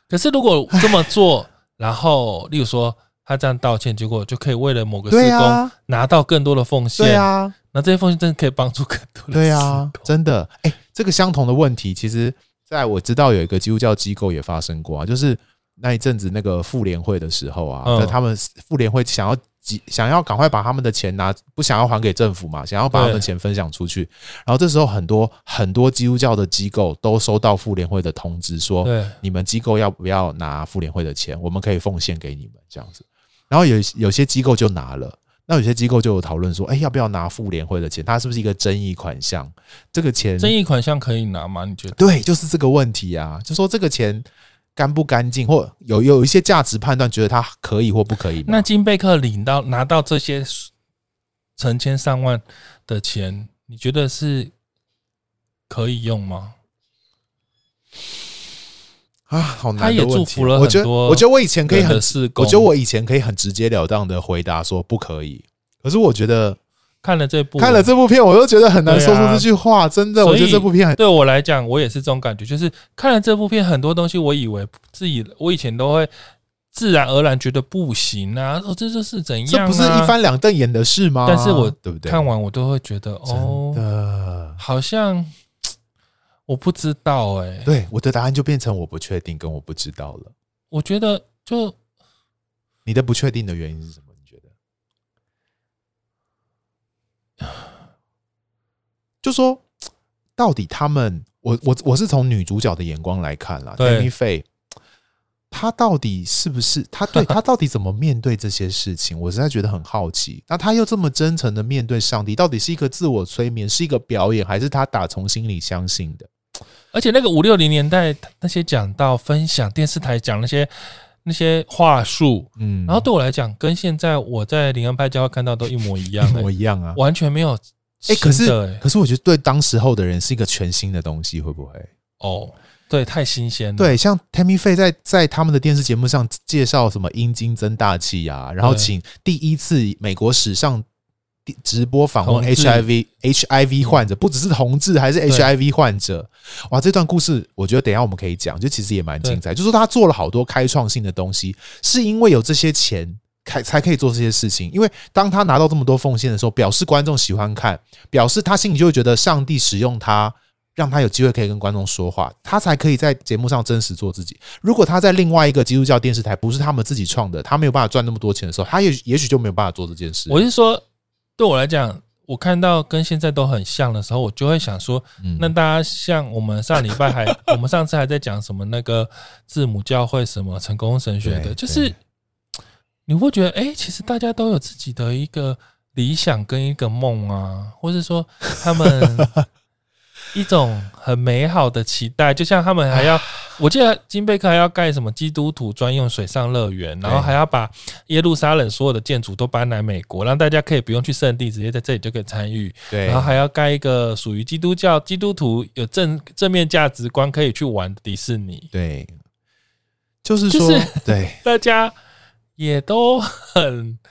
[SPEAKER 1] 可是如果这么做，然后例如说他这样道歉，结果就可以为了某个
[SPEAKER 3] 对
[SPEAKER 1] 施工
[SPEAKER 3] 啊，
[SPEAKER 1] 拿到更多的奉献，
[SPEAKER 3] 对，啊，
[SPEAKER 1] 那这些奉献真的可以帮助更多的
[SPEAKER 3] 对啊
[SPEAKER 1] 施，工
[SPEAKER 3] 真的，哎、这个相同的问题，其实在我知道有一个基督教机构也发生过啊，就是那一阵子那个妇联会的时候啊，
[SPEAKER 1] 嗯
[SPEAKER 3] 那、他们妇联会想要急，想要赶快把他们的钱拿，不想要还给政府嘛，想要把他们的
[SPEAKER 1] 对
[SPEAKER 3] 钱分享出去。然后这时候很多很多基督教的机构都收到妇联会的通知说，
[SPEAKER 1] 对，
[SPEAKER 3] 你们机构要不要拿妇联会的钱？我们可以奉献给你们这样子。然后有有些机构就拿了，那有些机构就有讨论说，哎、要不要拿妇联会的钱？它是不是一个争议款项？这个钱
[SPEAKER 1] 争议款项可以拿吗？你觉得？
[SPEAKER 3] 对，就是这个问题啊，就说这个钱干不干净，或有有一些价值判断，觉得它可以或不可以嘛。
[SPEAKER 1] 那金贝克领到拿到这些成千上万的钱，你觉得是可以用吗？
[SPEAKER 3] 啊，好难
[SPEAKER 1] 他
[SPEAKER 3] 的
[SPEAKER 1] 也
[SPEAKER 3] 问
[SPEAKER 1] 祝
[SPEAKER 3] 题
[SPEAKER 1] 福了
[SPEAKER 3] 哦。我觉
[SPEAKER 1] 很
[SPEAKER 3] 得，
[SPEAKER 1] 多
[SPEAKER 3] 我觉得我以前可以
[SPEAKER 1] 人
[SPEAKER 3] 很
[SPEAKER 1] 的，事工，
[SPEAKER 3] 我觉得我以前可以很直截了当的回答说不可以。可是我觉得
[SPEAKER 1] 看了这部，
[SPEAKER 3] 看了这部片，我又觉得很难说出
[SPEAKER 1] 对啊
[SPEAKER 3] 这句话。真的，我
[SPEAKER 1] 所以
[SPEAKER 3] 觉得这部片
[SPEAKER 1] [LAUGHS]
[SPEAKER 3] 很
[SPEAKER 1] 对我来讲，我也是这种感觉，就是看了这部片，很多东西我以为自己，我以前都会自然而然觉得不行啊，哦，这就是怎样、
[SPEAKER 3] 这
[SPEAKER 1] 啊，
[SPEAKER 3] 不是一翻两瞪眼的事吗？
[SPEAKER 1] 但是我
[SPEAKER 3] 对不对？
[SPEAKER 1] 看完我都会觉得
[SPEAKER 3] 真
[SPEAKER 1] 哦，
[SPEAKER 3] 的，
[SPEAKER 1] 好像嘖我不知道哎、
[SPEAKER 3] 对我的答案就变成我不确定跟我不知道了。
[SPEAKER 1] 我觉得就
[SPEAKER 3] 你的不确定的原因是什么？你觉得？ [SIGHS] 就说到底他们，我我我是从女主角的眼光来看啦 t a
[SPEAKER 1] 对
[SPEAKER 3] m m Faye，她到底是不是她对她到底怎么面对这些事情？ [LAUGHS] 我实在觉得很好奇。那她又这么真诚的面对上帝，到底是一个自我催眠，是一个表演，还是她打从心里相信的？
[SPEAKER 1] 而且那个五六零年代那些讲到分享电视台讲那些那些话术，
[SPEAKER 3] 嗯
[SPEAKER 1] 然后对我来讲，跟现在我在灵恩派教会看到都一模一样、
[SPEAKER 3] 我
[SPEAKER 1] 欸，
[SPEAKER 3] 一样啊。
[SPEAKER 1] 完全没有新
[SPEAKER 3] 哎、
[SPEAKER 1] 的欸。
[SPEAKER 3] 可是、可是我觉得对当时候的人是一个全新的东西，会不会？
[SPEAKER 1] 哦，对，太新鲜了。
[SPEAKER 3] 对，像 Tammy Faye 在在他们的电视节目上介绍什么阴茎增大器啊，然后
[SPEAKER 1] 对
[SPEAKER 3] 请第一次美国史上第直播访问
[SPEAKER 1] 同志嗯
[SPEAKER 3] HIV HIV 患者，不只是同志，还是 HIV 患者。哇，这段故事我觉得等一下我们可以讲，就其实也蛮精彩。就说他做了好多开创性的东西，是因为有这些钱。才才可以做这些事情，因为当他拿到这么多奉献的时候，表示观众喜欢看，表示他心里就会觉得上帝使用他，让他有机会可以跟观众说话，他才可以在节目上真实做自己。如果他在另外一个基督教电视台，不是他们自己创的，他没有办法赚那么多钱的时候，他也也许就没有办法做这件事。
[SPEAKER 1] 我是说，对我来讲，我看到跟现在都很像的时候，我就会想说，
[SPEAKER 3] 嗯
[SPEAKER 1] 那大家像我们上礼拜
[SPEAKER 3] [LAUGHS]
[SPEAKER 1] 还，我们上次还在讲什么那个字母教会什么成功神学
[SPEAKER 3] 对
[SPEAKER 1] 的，就是
[SPEAKER 3] 对
[SPEAKER 1] 你会觉得，哎、其实大家都有自己的一个理想跟一个梦啊，或是说他们一种很美好的期待，就像他们还要，我记得金贝克还要盖什么基督徒专用水上乐园，然后还要把耶路撒冷所有的建筑都搬来美国，让大家可以不用去圣地，直接在这里就可以参与。 [LAUGHS]
[SPEAKER 3] 对，
[SPEAKER 1] 然后还要盖一个属于基督教基督徒有正正面价值观可以去玩的迪士尼，
[SPEAKER 3] 对，就是
[SPEAKER 1] 就
[SPEAKER 3] 说，
[SPEAKER 1] 是
[SPEAKER 3] 对，
[SPEAKER 1] 大家也都很 [LAUGHS]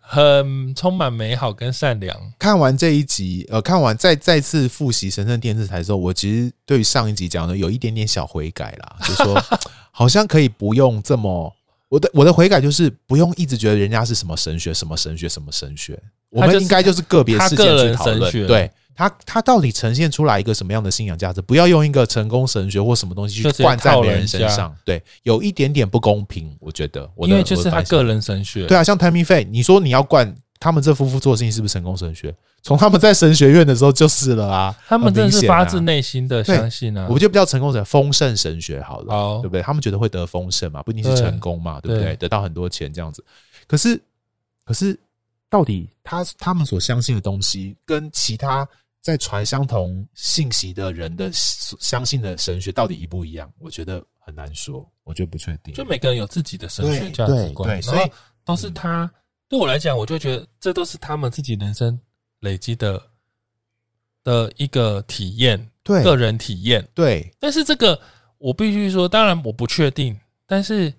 [SPEAKER 1] 很充满美好跟善良。
[SPEAKER 3] 看完这一集，呃，看完再再次复习神圣电视台的时候，我其实对于上一集讲的有一点点小悔改
[SPEAKER 1] [LAUGHS]
[SPEAKER 3] 啦，就说好像可以不用这么。我的我的悔改就是不用一直觉得人家是什么神学什么神学什么神学，我
[SPEAKER 1] 他
[SPEAKER 3] 们
[SPEAKER 1] 就是
[SPEAKER 3] 应该就是个别事
[SPEAKER 1] 他
[SPEAKER 3] 件
[SPEAKER 1] 个人
[SPEAKER 3] 去讨
[SPEAKER 1] 神
[SPEAKER 3] 论。
[SPEAKER 1] 学
[SPEAKER 3] 对他他到底呈现出来一个什么样的信仰价值？不要用一个成功神学或什么东西
[SPEAKER 1] 就
[SPEAKER 3] 去
[SPEAKER 1] 直接
[SPEAKER 3] 灌在
[SPEAKER 1] 套
[SPEAKER 3] 别人
[SPEAKER 1] 人
[SPEAKER 3] 身
[SPEAKER 1] 家
[SPEAKER 3] 上。对，有一点点不公平，我觉得。我的
[SPEAKER 1] 因为就是
[SPEAKER 3] 我的
[SPEAKER 1] 他
[SPEAKER 3] 反省
[SPEAKER 1] 个人神学，
[SPEAKER 3] 对啊，像 Tammy f a y 你说你要灌他们这夫妇做的事情是不是成功神学？从他们在神学院的时候就是了啊，
[SPEAKER 1] 他们
[SPEAKER 3] 很
[SPEAKER 1] 真的
[SPEAKER 3] 明
[SPEAKER 1] 是
[SPEAKER 3] 显啊
[SPEAKER 1] 发自内心的相信啊
[SPEAKER 3] 我。们就不叫成功神学，丰盛神学好了，
[SPEAKER 1] 好
[SPEAKER 3] 对不对？他们觉得会得丰盛嘛，不一定是
[SPEAKER 1] 对
[SPEAKER 3] 成功嘛，对不对？
[SPEAKER 1] 对
[SPEAKER 3] 得到很多钱这样子，可是可是到底他他们所相信的东西，跟其他在传相同信息的人的所相信的神学到底一不一样？我觉得很难说，我觉得不确定。
[SPEAKER 1] 就每个人有自己的神学
[SPEAKER 3] 对
[SPEAKER 1] 价值观，
[SPEAKER 3] 对对所以
[SPEAKER 1] 然后都是他。对我来讲，我就觉得这都是他们自己人生累积的的一个体验，
[SPEAKER 3] 对
[SPEAKER 1] 个人体验。
[SPEAKER 3] 对
[SPEAKER 1] 但是这个我必须说，当然我不确定，但是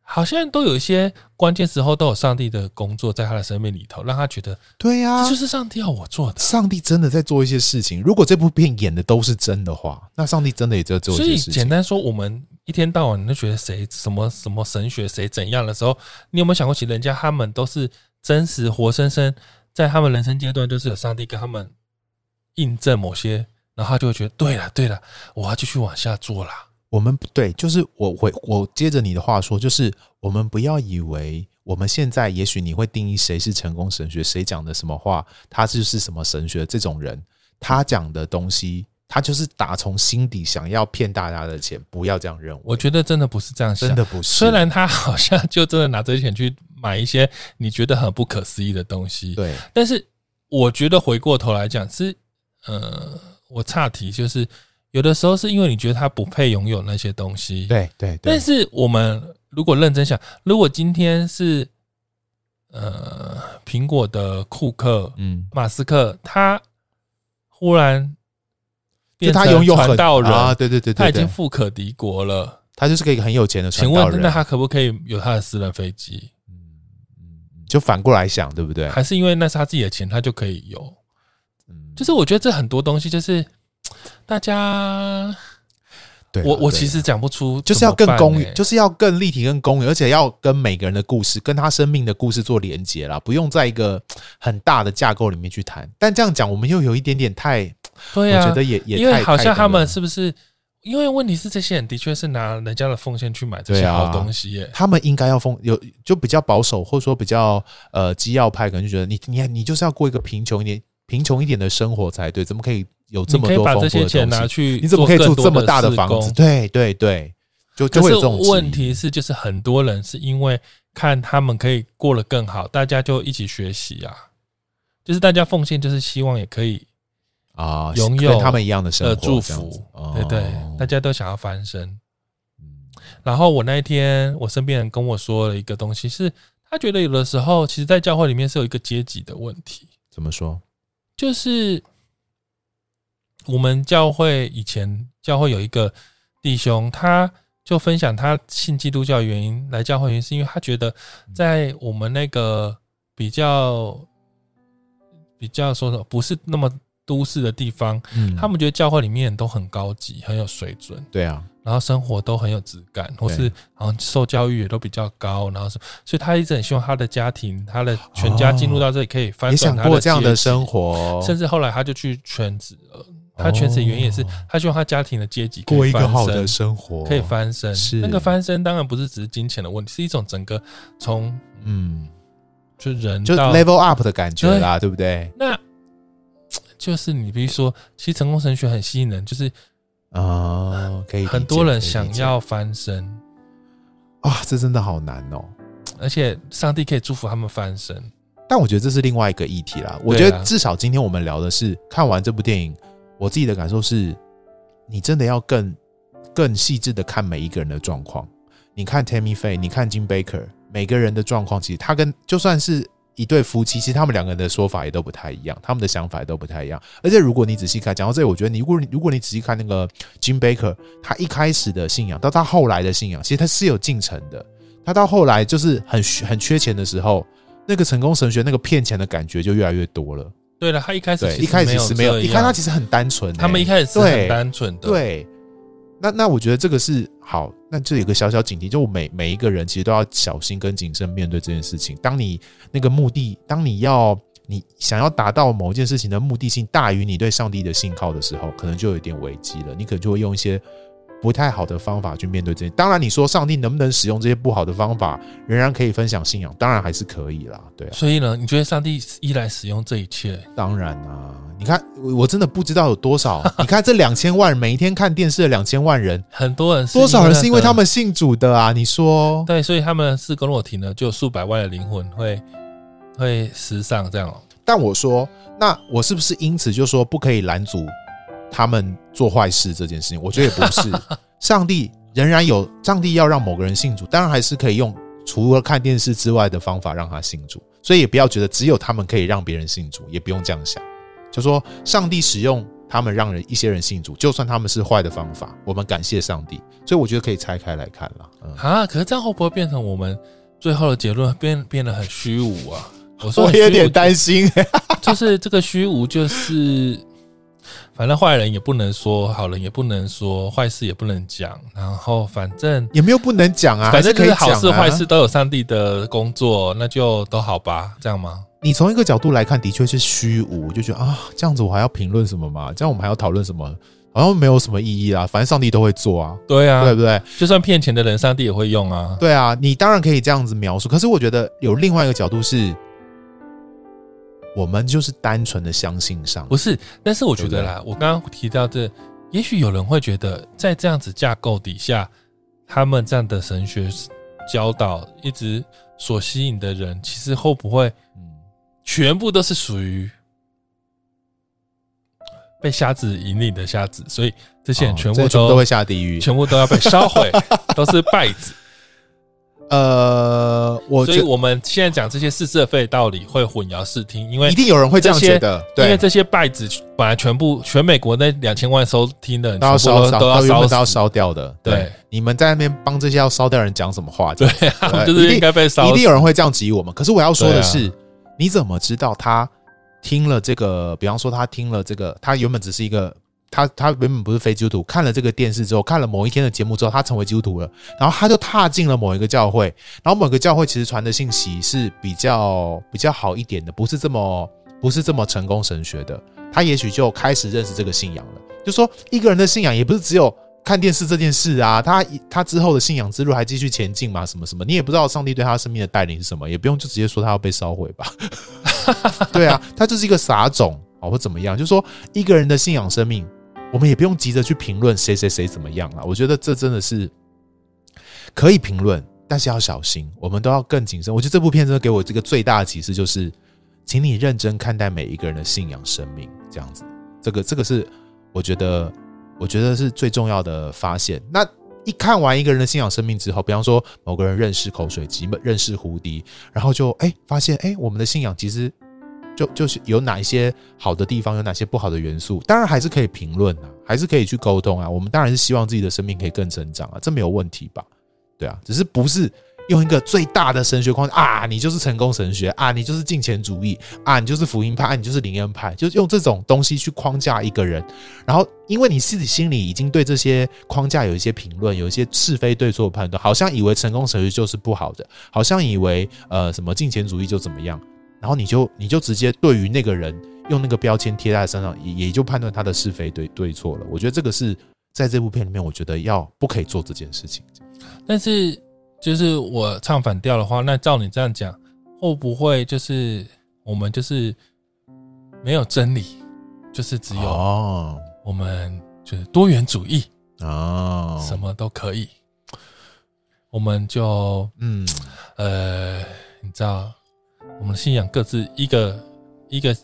[SPEAKER 1] 好像都有一些关键时候都有上帝的工作在他的生命里头，让他觉得
[SPEAKER 3] 对呀、
[SPEAKER 1] 这就是上帝要我做的。
[SPEAKER 3] 上帝真的在做一些事情。如果这部片演的都是真的话，那上帝真的也在做
[SPEAKER 1] 所
[SPEAKER 3] 一些
[SPEAKER 1] 以
[SPEAKER 3] 事
[SPEAKER 1] 简
[SPEAKER 3] 情。
[SPEAKER 1] 单说，我们一天到晚都觉得谁什么什么神学谁怎样的时候，你有没有想过，其实人家他们都是真实活生生，在他们人生阶段，就是有上帝跟他们印证某些，然后他就会觉得对了对了，我要继续往下做啦。
[SPEAKER 3] 我们对，就是我回我接着你的话说，就是我们不要以为我们现在也许你会定义谁是成功神学，谁讲的什么话，他就是什么神学这种人，他讲的东西，他就是打从心底想要骗大家的钱，不要这样认为。
[SPEAKER 1] 我觉得真的不是这样想
[SPEAKER 3] 真的不是，
[SPEAKER 1] 虽然他好像就真的拿这些钱去买一些你觉得很不可思议的东西，
[SPEAKER 3] 对
[SPEAKER 1] 但是我觉得回过头来讲是，呃，我岔题，就是有的时候是因为你觉得他不配拥有那些东西，。
[SPEAKER 3] 对对对，
[SPEAKER 1] 但是我们如果认真想，如果今天是呃苹果的库克、
[SPEAKER 3] 嗯，
[SPEAKER 1] 马斯克，他忽然
[SPEAKER 3] 就
[SPEAKER 1] 变
[SPEAKER 3] 他
[SPEAKER 1] 成
[SPEAKER 3] 拥有
[SPEAKER 1] 传
[SPEAKER 3] 很
[SPEAKER 1] 道人，
[SPEAKER 3] 啊，对对对
[SPEAKER 1] 他
[SPEAKER 3] 对
[SPEAKER 1] 已经
[SPEAKER 3] 对，
[SPEAKER 1] 富可敌国了。
[SPEAKER 3] 他就是个一个很有钱的传
[SPEAKER 1] 请
[SPEAKER 3] 道
[SPEAKER 1] 问，
[SPEAKER 3] 人
[SPEAKER 1] 那。他可不可以有他的私人飞机？
[SPEAKER 3] 就反过来想，对不对？
[SPEAKER 1] 还是因为那是他自己的钱，他就可以有？
[SPEAKER 3] 嗯
[SPEAKER 1] 就是我觉得这很多东西，就是大家，
[SPEAKER 3] 对啊，
[SPEAKER 1] 我我
[SPEAKER 3] 对啊
[SPEAKER 1] 其实讲不出
[SPEAKER 3] 就
[SPEAKER 1] 怎
[SPEAKER 3] 是要
[SPEAKER 1] 么
[SPEAKER 3] 更
[SPEAKER 1] 办欸，
[SPEAKER 3] 公允，就是要更立体、更公允，而且要跟每个人的故事、跟他生命的故事做连接啦，不用在一个很大的架构里面去谈。但这样讲，我们又有一点点太，
[SPEAKER 1] 对
[SPEAKER 3] 我
[SPEAKER 1] 啊，
[SPEAKER 3] 觉得也也
[SPEAKER 1] 因为
[SPEAKER 3] 太
[SPEAKER 1] 好像他
[SPEAKER 3] 太那个
[SPEAKER 1] 们
[SPEAKER 3] 了
[SPEAKER 1] 是不是？因为问题是这些人的确是拿人家的奉献去买这
[SPEAKER 3] 对
[SPEAKER 1] 些
[SPEAKER 3] 啊
[SPEAKER 1] 好东西耶、
[SPEAKER 3] 他们应该要封有就比较保守，或者说比较呃基要派，可能就觉得你你你就是要过一个贫穷一点、贫穷一点的生活才对，怎么可以有这
[SPEAKER 1] 你
[SPEAKER 3] 么
[SPEAKER 1] 可以
[SPEAKER 3] 多
[SPEAKER 1] 把
[SPEAKER 3] 丰富
[SPEAKER 1] 这
[SPEAKER 3] 的
[SPEAKER 1] 些钱拿
[SPEAKER 3] 东西？
[SPEAKER 1] 去，
[SPEAKER 3] 你怎么可以
[SPEAKER 1] 做
[SPEAKER 3] 住这
[SPEAKER 1] 更多
[SPEAKER 3] 么大
[SPEAKER 1] 的
[SPEAKER 3] 的房子？
[SPEAKER 1] 事工？
[SPEAKER 3] 对对对，就就
[SPEAKER 1] 可
[SPEAKER 3] 会
[SPEAKER 1] 是
[SPEAKER 3] 有这种
[SPEAKER 1] 问
[SPEAKER 3] 质疑
[SPEAKER 1] 题是，就是很多人是因为看他们可以过得更好，大家就一起学习啊。就是大家奉献，就是希望也可以
[SPEAKER 3] 啊，
[SPEAKER 1] 拥
[SPEAKER 3] 跟
[SPEAKER 1] 有
[SPEAKER 3] 他们一样的生活
[SPEAKER 1] 的祝
[SPEAKER 3] 这样子
[SPEAKER 1] 福，对对
[SPEAKER 3] 哦，嗯
[SPEAKER 1] 大家都想要翻身。然后我那一天，我身边人跟我说了一个东西，是他觉得有的时候，其实，在教会里面是有一个阶级的问题，
[SPEAKER 3] 怎么说？
[SPEAKER 1] 就是我们教会以前教会有一个弟兄，他就分享他信基督教原因来教会原因，是因为他觉得
[SPEAKER 3] 嗯
[SPEAKER 1] 在我们那个比较比较说什么不是那么都市的地方，
[SPEAKER 3] 嗯
[SPEAKER 1] 他们觉得教会里面都很高级，很有水准，
[SPEAKER 3] 对啊，
[SPEAKER 1] 然后生活都很有质感，或是好像受教育也都比较高，然后是，所以他一直很希望他的家庭，他的全家进入到这里可以翻
[SPEAKER 3] 哦也
[SPEAKER 1] 转
[SPEAKER 3] 想
[SPEAKER 1] 他
[SPEAKER 3] 过这样的
[SPEAKER 1] 阶级
[SPEAKER 3] 生，活，
[SPEAKER 1] 甚至后来他就去全职了。他全职原因也是
[SPEAKER 3] 哦，
[SPEAKER 1] 他希望他家庭的阶级可以
[SPEAKER 3] 过一个
[SPEAKER 1] 翻
[SPEAKER 3] 好
[SPEAKER 1] 身
[SPEAKER 3] 的生活，
[SPEAKER 1] 可以，翻身。
[SPEAKER 3] 是
[SPEAKER 1] 那个翻身当然不是只是金钱的问题，是一种整个从
[SPEAKER 3] 嗯，
[SPEAKER 1] 就人
[SPEAKER 3] 就
[SPEAKER 1] 到
[SPEAKER 3] level up 的感觉啦，对不对？
[SPEAKER 1] 那，就是你比如说，其实成功神学很吸引人，就是
[SPEAKER 3] 啊，可以理解，
[SPEAKER 1] 很多人
[SPEAKER 3] 可以理
[SPEAKER 1] 想
[SPEAKER 3] 解
[SPEAKER 1] 要翻身，
[SPEAKER 3] 啊，这真的好难哦。
[SPEAKER 1] 而且上帝可以祝福他们翻身。
[SPEAKER 3] 但我觉得这是另外一个议题啦。我觉得至少今天我们聊的是看完这部电影，我自己的感受是，你真的要更更细致的看每一个人的状况。你看 Tammy Faye，你看 Jim Baker，每个人的状况，其实他跟就算是一对夫妻，其实他们两个人的说法也都不太一样，他们的想法也都不太一样。而且如果你仔细看，讲到这里，我觉得你如果如果你仔细看那个 Jim Baker，他一开始的信仰到他后来的信仰，其实他是有进程的。他到后来就是很很缺钱的时候，那个成功神学那个骗钱的感觉就越来越多了。
[SPEAKER 1] 对了，他一开始
[SPEAKER 3] 对，
[SPEAKER 1] 其实
[SPEAKER 3] 一开始是没有，
[SPEAKER 1] 这样
[SPEAKER 3] 你看他其实很单纯欸、
[SPEAKER 1] 他们一开始是
[SPEAKER 3] 对
[SPEAKER 1] 很单纯的，，
[SPEAKER 3] 对，那那我觉得这个是好，那这有个小小警惕，就每每一个人其实都要小心跟谨慎面对这件事情。当你那个目的，当你要你想要达到某一件事情的目的性大于你对上帝的信靠的时候，可能就有一点危机了。你可能就会用一些不太好的方法去面对这些。当然，你说上帝能不能使用这些不好的方法，仍然可以分享信仰，当然还是可以啦。对啊，
[SPEAKER 1] 所以呢，你觉得上帝依然使用这一切？
[SPEAKER 3] 当然啊，你看我我真的不知道有
[SPEAKER 1] [LAUGHS]
[SPEAKER 3] 多少，你看这两千万每一天看电视的两千万人。
[SPEAKER 1] 很多人是
[SPEAKER 3] 多少人是因为
[SPEAKER 1] 那个
[SPEAKER 3] 他们信主的啊？你说
[SPEAKER 1] 对，所以他们是跟我停了，就有数百万的灵魂会会时尚这样哦。
[SPEAKER 3] 但我说，那我是不是因此就说不可以拦阻他们做坏事这件事情？我觉得也不是，上帝仍然有，上帝要让某个人信主，当然还是可以用除了看电视之外的方法让他信主，所以也不要觉得只有他们可以让别人信主，也不用这样想，就说上帝使用。他们让人一些人信主，就算他们是坏的方法，我们感谢上帝。所以我觉得可以拆开来看啦。嗯，
[SPEAKER 1] 啊，可是这样会不会变成我们最后的结论变变得很虚无啊？我说
[SPEAKER 3] 我
[SPEAKER 1] 很
[SPEAKER 3] 也有
[SPEAKER 1] 虚无
[SPEAKER 3] 点担心、
[SPEAKER 1] 就是这个虚无，就是反正坏人也不能说，好人也不能说，坏事也不能讲，然后反正
[SPEAKER 3] 也没有不能讲啊，
[SPEAKER 1] 反正就
[SPEAKER 3] 还是可以
[SPEAKER 1] 是好
[SPEAKER 3] 讲
[SPEAKER 1] 事
[SPEAKER 3] 啊
[SPEAKER 1] 坏事都有上帝的工作，那就都好吧，这样吗？
[SPEAKER 3] 你从一个角度来看，的确是虚无，就觉得啊，这样子我还要评论什么嘛？这样我们还要讨论什么？好像没有什么意义啦。啊反正上帝都会做啊，
[SPEAKER 1] 对啊，
[SPEAKER 3] 对不对？
[SPEAKER 1] 就算骗钱的人，上帝也会用啊。
[SPEAKER 3] 对啊，你当然可以这样子描述。可是我觉得有另外一个角度是，我们就是单纯的相信上帝
[SPEAKER 1] 不。是，但是我觉得啦，我刚刚提到这，也许有人会觉得，在这样子架构底下，他们这样的神学教导一直所吸引的人，其实会不会
[SPEAKER 3] 嗯
[SPEAKER 1] 全部都是属于被瞎子引领的瞎子？所以这些人
[SPEAKER 3] 哦
[SPEAKER 1] 全
[SPEAKER 3] 这
[SPEAKER 1] 部
[SPEAKER 3] 全
[SPEAKER 1] 都、
[SPEAKER 3] 部都会下地
[SPEAKER 1] [LAUGHS]
[SPEAKER 3] 狱。
[SPEAKER 1] 全部都要被烧毁，都是败子。
[SPEAKER 3] 呃，我
[SPEAKER 1] 所
[SPEAKER 3] 觉
[SPEAKER 1] 以我们现在讲这些似是而非的道理，会混淆视听，因为
[SPEAKER 3] 一定有人会这样觉得，
[SPEAKER 1] 因为
[SPEAKER 3] 对，
[SPEAKER 1] 这些败子本来全部全美国那两千万收听的人
[SPEAKER 3] 都要
[SPEAKER 1] 全部
[SPEAKER 3] 烧，
[SPEAKER 1] 都都
[SPEAKER 3] 到原
[SPEAKER 1] 要
[SPEAKER 3] 本都要
[SPEAKER 1] 烧死，
[SPEAKER 3] 烧掉的。
[SPEAKER 1] 对，
[SPEAKER 3] 你们在那边帮这些要烧掉的人讲什么话？
[SPEAKER 1] 对啊， [LAUGHS] 就
[SPEAKER 3] 一
[SPEAKER 1] 是
[SPEAKER 3] 定
[SPEAKER 1] 应该被烧死。
[SPEAKER 3] 一定有人会这样质疑我们。可是我要说的是，
[SPEAKER 1] 对啊
[SPEAKER 3] 你怎么知道他听了这个？比方说，他听了这个，他原本只是一个。他他原本不是非基督徒，看了这个电视之后，看了某一天的节目之后，他成为基督徒了，然后他就踏进了某一个教会，然后某个教会其实传的信息是比较比较好一点的，不是这么不是这么成功神学的，他也许就开始认识这个信仰了。就说一个人的信仰也不是只有看电视这件事啊，他他之后的信仰之路还继续前进嘛，什么什么，你也不知道上帝对他生命的带领是什么，也不用就直接说他要被烧毁吧。 [LAUGHS] 对啊，他就是一个撒种哦，或怎么样，就说一个人的信仰生命，我们也不用急着去评论谁谁谁怎么样啊。我觉得这真的是可以评论，但是要小心，我们都要更谨慎。我觉得这部片真的给我这个最大的启示就是，请你认真看待每一个人的信仰生命，这样子，这个这个是我觉得我觉得是最重要的发现。那一看完一个人的信仰生命之后，比方说某个人认识口水鸡，认识胡迪，然后就哎、发现哎、我们的信仰其实就就是有哪一些好的地方，有哪些不好的元素，当然还是可以评论啊，还是可以去沟通啊。我们当然是希望自己的生命可以更成长啊，这没有问题吧？对啊，只是不是用一个最大的神学框架啊，你就是成功神学啊，你就是金钱主义啊，你就是福音派，啊、你就是灵恩派，就是用这种东西去框架一个人。然后，因为你自己心里已经对这些框架有一些评论，有一些是非对错的判断，好像以为成功神学就是不好的，好像以为呃什么金钱主义就怎么样，然后你就你就直接对于那个人用那个标签贴在他身上，也也就判断他的是非对对错了。我觉得这个是在这部片里面，我觉得要不可以做这件事情。
[SPEAKER 1] 但是就是我唱反调的话，那照你这样讲，会不会就是我们就是没有真理，就是只有
[SPEAKER 3] 哦
[SPEAKER 1] 我们就是多元主义，
[SPEAKER 3] 哦，
[SPEAKER 1] 什么都可以，我们就
[SPEAKER 3] 嗯，
[SPEAKER 1] 呃，你知道，我们信仰各自一个一个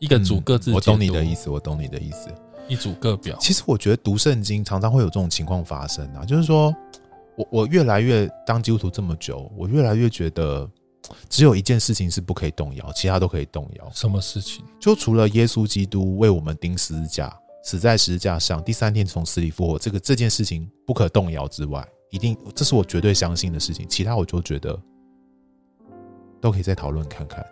[SPEAKER 1] 一个组
[SPEAKER 3] 嗯
[SPEAKER 1] 各自、
[SPEAKER 3] 我懂你的意
[SPEAKER 1] 思，
[SPEAKER 3] 思，我懂你的意思。
[SPEAKER 1] 一组各表，
[SPEAKER 3] 其实我觉得读圣经常常会有这种情况发生啊，就是说我我越来越当基督徒这么久，我越来越觉得只有一件事情是不可以动摇，其他都可以动摇。
[SPEAKER 1] 什么事情？
[SPEAKER 3] 就除了耶稣基督为我们钉十字架，死在十字架上，第三天从死里复活，这个这件事情不可动摇之外，一定这是我绝对相信的事情。其他我就觉得都可以再讨论看看。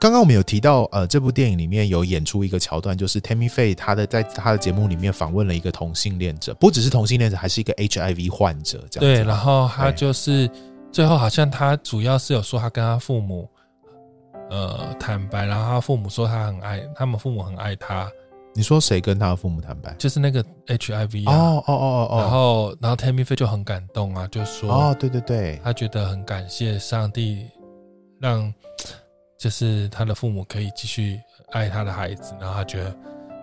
[SPEAKER 3] 刚刚我们有提到，呃，这部电影里面有演出一个桥段，就是 Tammy Faye 她的在她的节目里面访问了一个同性恋者，不只是同性恋者，还是一个 HIV 患者这样子。
[SPEAKER 1] 对，然后他
[SPEAKER 3] 对啊
[SPEAKER 1] 就是最后好像他主要是有说他跟他父母呃坦白，然后他父母说他很爱，他们父母很爱他，
[SPEAKER 3] 你说谁跟他的父母坦白？
[SPEAKER 1] 就是那个 HIV 啊。
[SPEAKER 3] 哦哦哦
[SPEAKER 1] 然
[SPEAKER 3] 哦
[SPEAKER 1] 后，然后 Tammy 飞就很感动啊，就
[SPEAKER 3] 哦
[SPEAKER 1] 说
[SPEAKER 3] 哦，对对对，
[SPEAKER 1] 他觉得很感谢上帝，让就是他的父母可以继续爱他的孩子，然后他觉得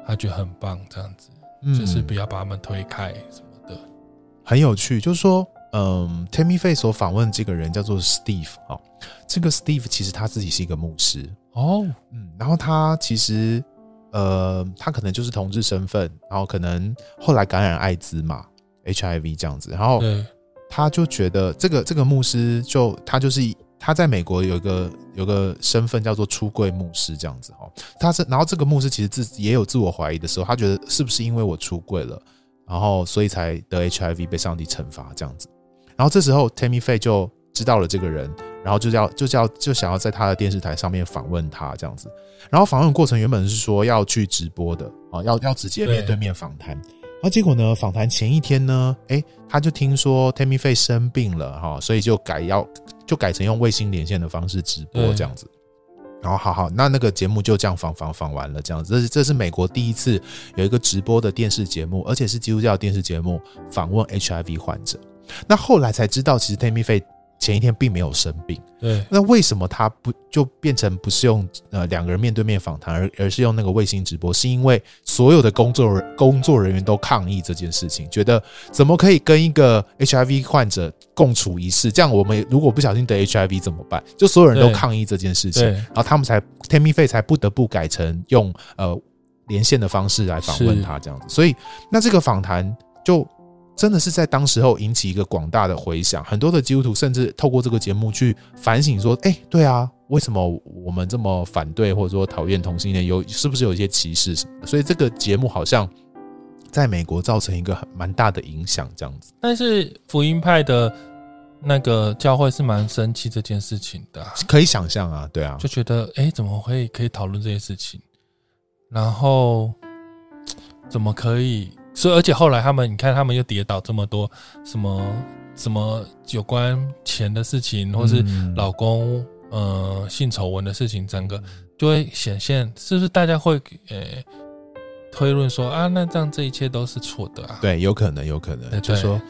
[SPEAKER 1] 他觉得很棒，这样子、
[SPEAKER 3] 嗯
[SPEAKER 1] 就是不要把他们推开什么的。
[SPEAKER 3] 很有趣，就是说，嗯，Tammy Faye 所访问这个人叫做 Steve 哦，这个 Steve 其实他自己是一个牧师，
[SPEAKER 1] 哦，
[SPEAKER 3] 嗯，然后他其实呃，他可能就是同志身份，然后可能后来感染艾滋嘛，HIV 这样子，然后
[SPEAKER 1] 对，
[SPEAKER 3] 他就觉得这个这个牧师就他就是他在美国有一个有一个身份叫做出柜牧师这样子哦，他是然后这个牧师其实自己也有自我怀疑的时候，他觉得是不是因为我出柜了，然后所以才得 HIV 被上帝惩罚这样子，然后这时候 Tammy Faye 就知道了这个人，然后就要就叫就想要在他的电视台上面访问他这样子，然后访问过程原本是说要去直播的啊，要要直接面对面访谈。然后结果呢，访谈前一天呢，哎，他就听说 Tammy Faye 生病了哈、所以就改要就改成用卫星连线的方式直播
[SPEAKER 1] 对
[SPEAKER 3] 这样子。然后好好，那那个节目就这样访访访完了，这样子，这是这是美国第一次有一个直播的电视节目，而且是基督教电视节目访问 HIV 患者。那后来才知道，其实 Tammy Faye 前一天并没有生病。
[SPEAKER 1] 对，
[SPEAKER 3] 那为什么他不就变成不是用呃两个人面对面访谈，而而是用那个卫星直播？是因为所有的工作人工作人员都抗议这件事情，觉得怎么可以跟一个 HIV 患者共处一室？这样我们如果不小心得 HIV 怎么办？就所有人都
[SPEAKER 1] 对
[SPEAKER 3] 抗议这件事情，
[SPEAKER 1] 对
[SPEAKER 3] 然后他们才 Tammy Faye 才不得不改成用呃连线的方式来访问
[SPEAKER 1] 是
[SPEAKER 3] 他这样子。所以那这个访谈就真的是在当时候引起一个广大的回响，很多的基督徒甚至透过这个节目去反省说：“哎、对啊，为什么我们这么反对或者说讨厌同性恋？有是不是有一些歧视什么的？”所以这个节目好像在美国造成一个很蛮大的影响，这样子。
[SPEAKER 1] 但是福音派的那个教会是蛮生气这件事情的啊、
[SPEAKER 3] 可以想象啊，对啊，
[SPEAKER 1] 就觉得哎、诶怎么会可以讨论这些事情？然后怎么可以？所以，而且后来他们，你看他们又跌倒这么多，什么什么有关钱的事情，或是
[SPEAKER 3] 嗯
[SPEAKER 1] 老公呃性丑闻的事情，整个就会显现，是不是大家会呃、推论说啊，那这样这一切都是错的啊？
[SPEAKER 3] 对，有可能，有可能，
[SPEAKER 1] 对
[SPEAKER 3] 就
[SPEAKER 1] 对
[SPEAKER 3] 说，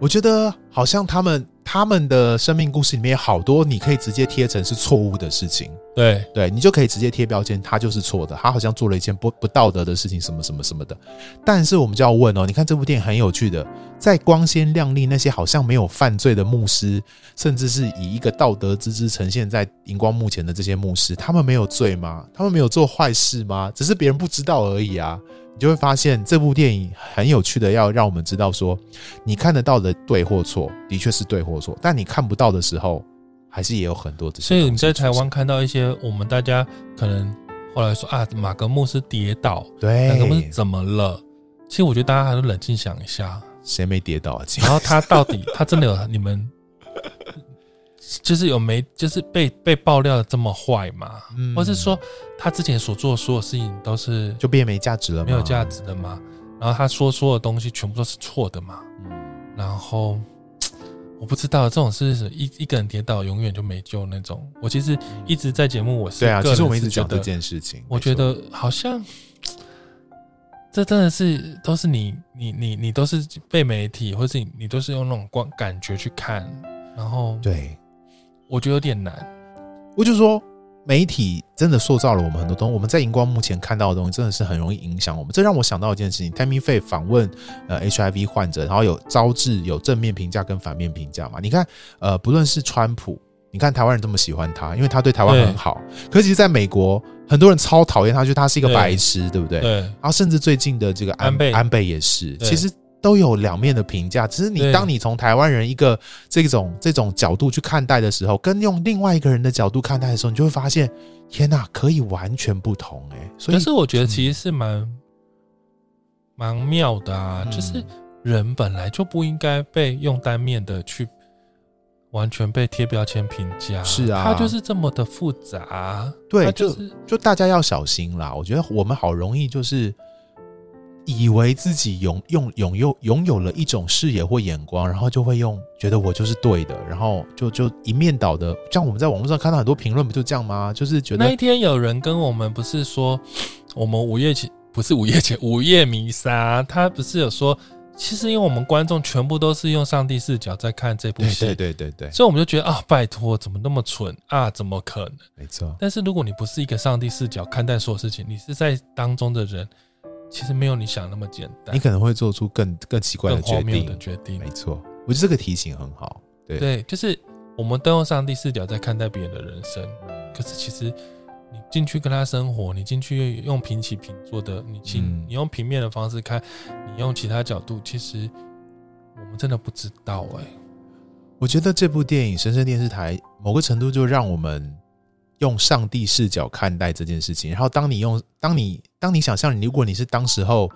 [SPEAKER 3] 我觉得好像他们他们的生命故事里面有好多你可以直接贴成是错误的事情，
[SPEAKER 1] 对
[SPEAKER 3] 对你就可以直接贴标签，他就是错的，他好像做了一件不不道德的事情，什么什么什么的。但是我们就要问哦，你看这部电影很有趣的，在光鲜亮丽那些好像没有犯罪的牧师，甚至是以一个道德之姿呈现在荧光幕前的这些牧师，他们没有罪吗？他们没有做坏事吗？只是别人不知道而已啊。你就会发现这部电影很有趣的，要让我们知道说，你看得到的对或错，的确是对或错，但你看不到的时候，还是也有很多这些
[SPEAKER 1] 所
[SPEAKER 3] 东西出现。
[SPEAKER 1] 以你在台湾看到一些我们大家可能后来说啊，马格牧师跌倒，
[SPEAKER 3] 对，
[SPEAKER 1] 两个不是怎么了？其实我觉得大家还是冷静想一
[SPEAKER 3] [LAUGHS]
[SPEAKER 1] 下，
[SPEAKER 3] 谁没跌倒啊？亲
[SPEAKER 1] 然后他到底他真的有你们，就是有没就是被被爆料的这么坏吗？
[SPEAKER 3] [LAUGHS] 嗯
[SPEAKER 1] 或是说他之前所做的所有事情都是
[SPEAKER 3] 就变没价值了吗？
[SPEAKER 1] 没有价值的吗？然后他说所有东西全部都是错的吗？
[SPEAKER 3] 嗯。
[SPEAKER 1] 然后我不知道这种事是一一个人跌倒永远就没救那种。我其实一直在节目我是
[SPEAKER 3] 对啊，
[SPEAKER 1] 个
[SPEAKER 3] 其
[SPEAKER 1] 人
[SPEAKER 3] 实我们一直
[SPEAKER 1] 是觉
[SPEAKER 3] 讲这
[SPEAKER 1] 得
[SPEAKER 3] 件事情，
[SPEAKER 1] 我
[SPEAKER 3] 没
[SPEAKER 1] 觉
[SPEAKER 3] 错
[SPEAKER 1] 得好像这真的是都是你你你你都是被媒体，或是你你都是用那种光感觉去看，然后
[SPEAKER 3] 对，
[SPEAKER 1] 我觉得有点难。
[SPEAKER 3] 我就说媒体真的塑造了我们很多东西，我们在荧光幕前看到的东西真的是很容易影响我们。这让我想到一件事情，Tammy Faye 访问呃 HIV 患者，然后有招致有正面评价跟反面评价嘛？你看，呃，不论是川普，你看台湾人这么喜欢他，因为他对台湾很好，可是其实在美国。很多人超讨厌他，就他是一个
[SPEAKER 1] 对
[SPEAKER 3] 白痴，对不对？
[SPEAKER 1] 对
[SPEAKER 3] 然后啊甚至最近的这个安
[SPEAKER 1] 安倍
[SPEAKER 3] 安倍也是，
[SPEAKER 1] 对
[SPEAKER 3] 其实都有两面的评价。只是你
[SPEAKER 1] 对
[SPEAKER 3] 当你从台湾人一个这种这种角度去看待的时候，跟用另外一个人的角度看待的时候，你就会发现，天呐，可以完全不同哎、所以
[SPEAKER 1] 可是我觉得其实是蛮蛮妙的啊，
[SPEAKER 3] 嗯
[SPEAKER 1] 就是人本来就不应该被用单面的去完全被贴标签评价，
[SPEAKER 3] 是啊
[SPEAKER 1] 它就是这么的复杂，啊
[SPEAKER 3] 对
[SPEAKER 1] 它就
[SPEAKER 3] 就是就大家要小心啦。我觉得我们好容易就是以为自己拥用拥有拥有了一种视野或眼光，然后就会用觉得我就是对的，然后就就一面倒的。像我们在网络上看到很多评论，不就这样吗？就是觉
[SPEAKER 1] 那
[SPEAKER 3] 得
[SPEAKER 1] 一天有人跟我们不是说，我们午夜前不是午夜前午夜弥撒，他不是有说，其实因为我们观众全部都是用上帝视角在看这部
[SPEAKER 3] 对
[SPEAKER 1] 戏，
[SPEAKER 3] 对对对对，
[SPEAKER 1] 所以我们就觉得啊，拜托，怎么那么蠢啊？怎么可能？
[SPEAKER 3] 没错。
[SPEAKER 1] 但是如果你不是一个上帝视角看待所有事情，你是在当中的人，其实没有你想那么简单，
[SPEAKER 3] 你可能会做出更更奇怪的
[SPEAKER 1] 更
[SPEAKER 3] 决
[SPEAKER 1] 荒谬
[SPEAKER 3] 定。
[SPEAKER 1] 的决定
[SPEAKER 3] 没。错，我觉得这个提醒很好。对
[SPEAKER 1] 对，就是我们都用上帝视角在看待别人的人生，可是其实你进去跟他生活，你进去用平起平坐的，你进、
[SPEAKER 3] 嗯
[SPEAKER 1] 你用平面的方式看，你用其他角度，其实我们真的不知道哎、
[SPEAKER 3] 我觉得这部电影《神圣电视台》某个程度就让我们用上帝视角看待这件事情。然后，当你用当你当你想象，如果你是当时候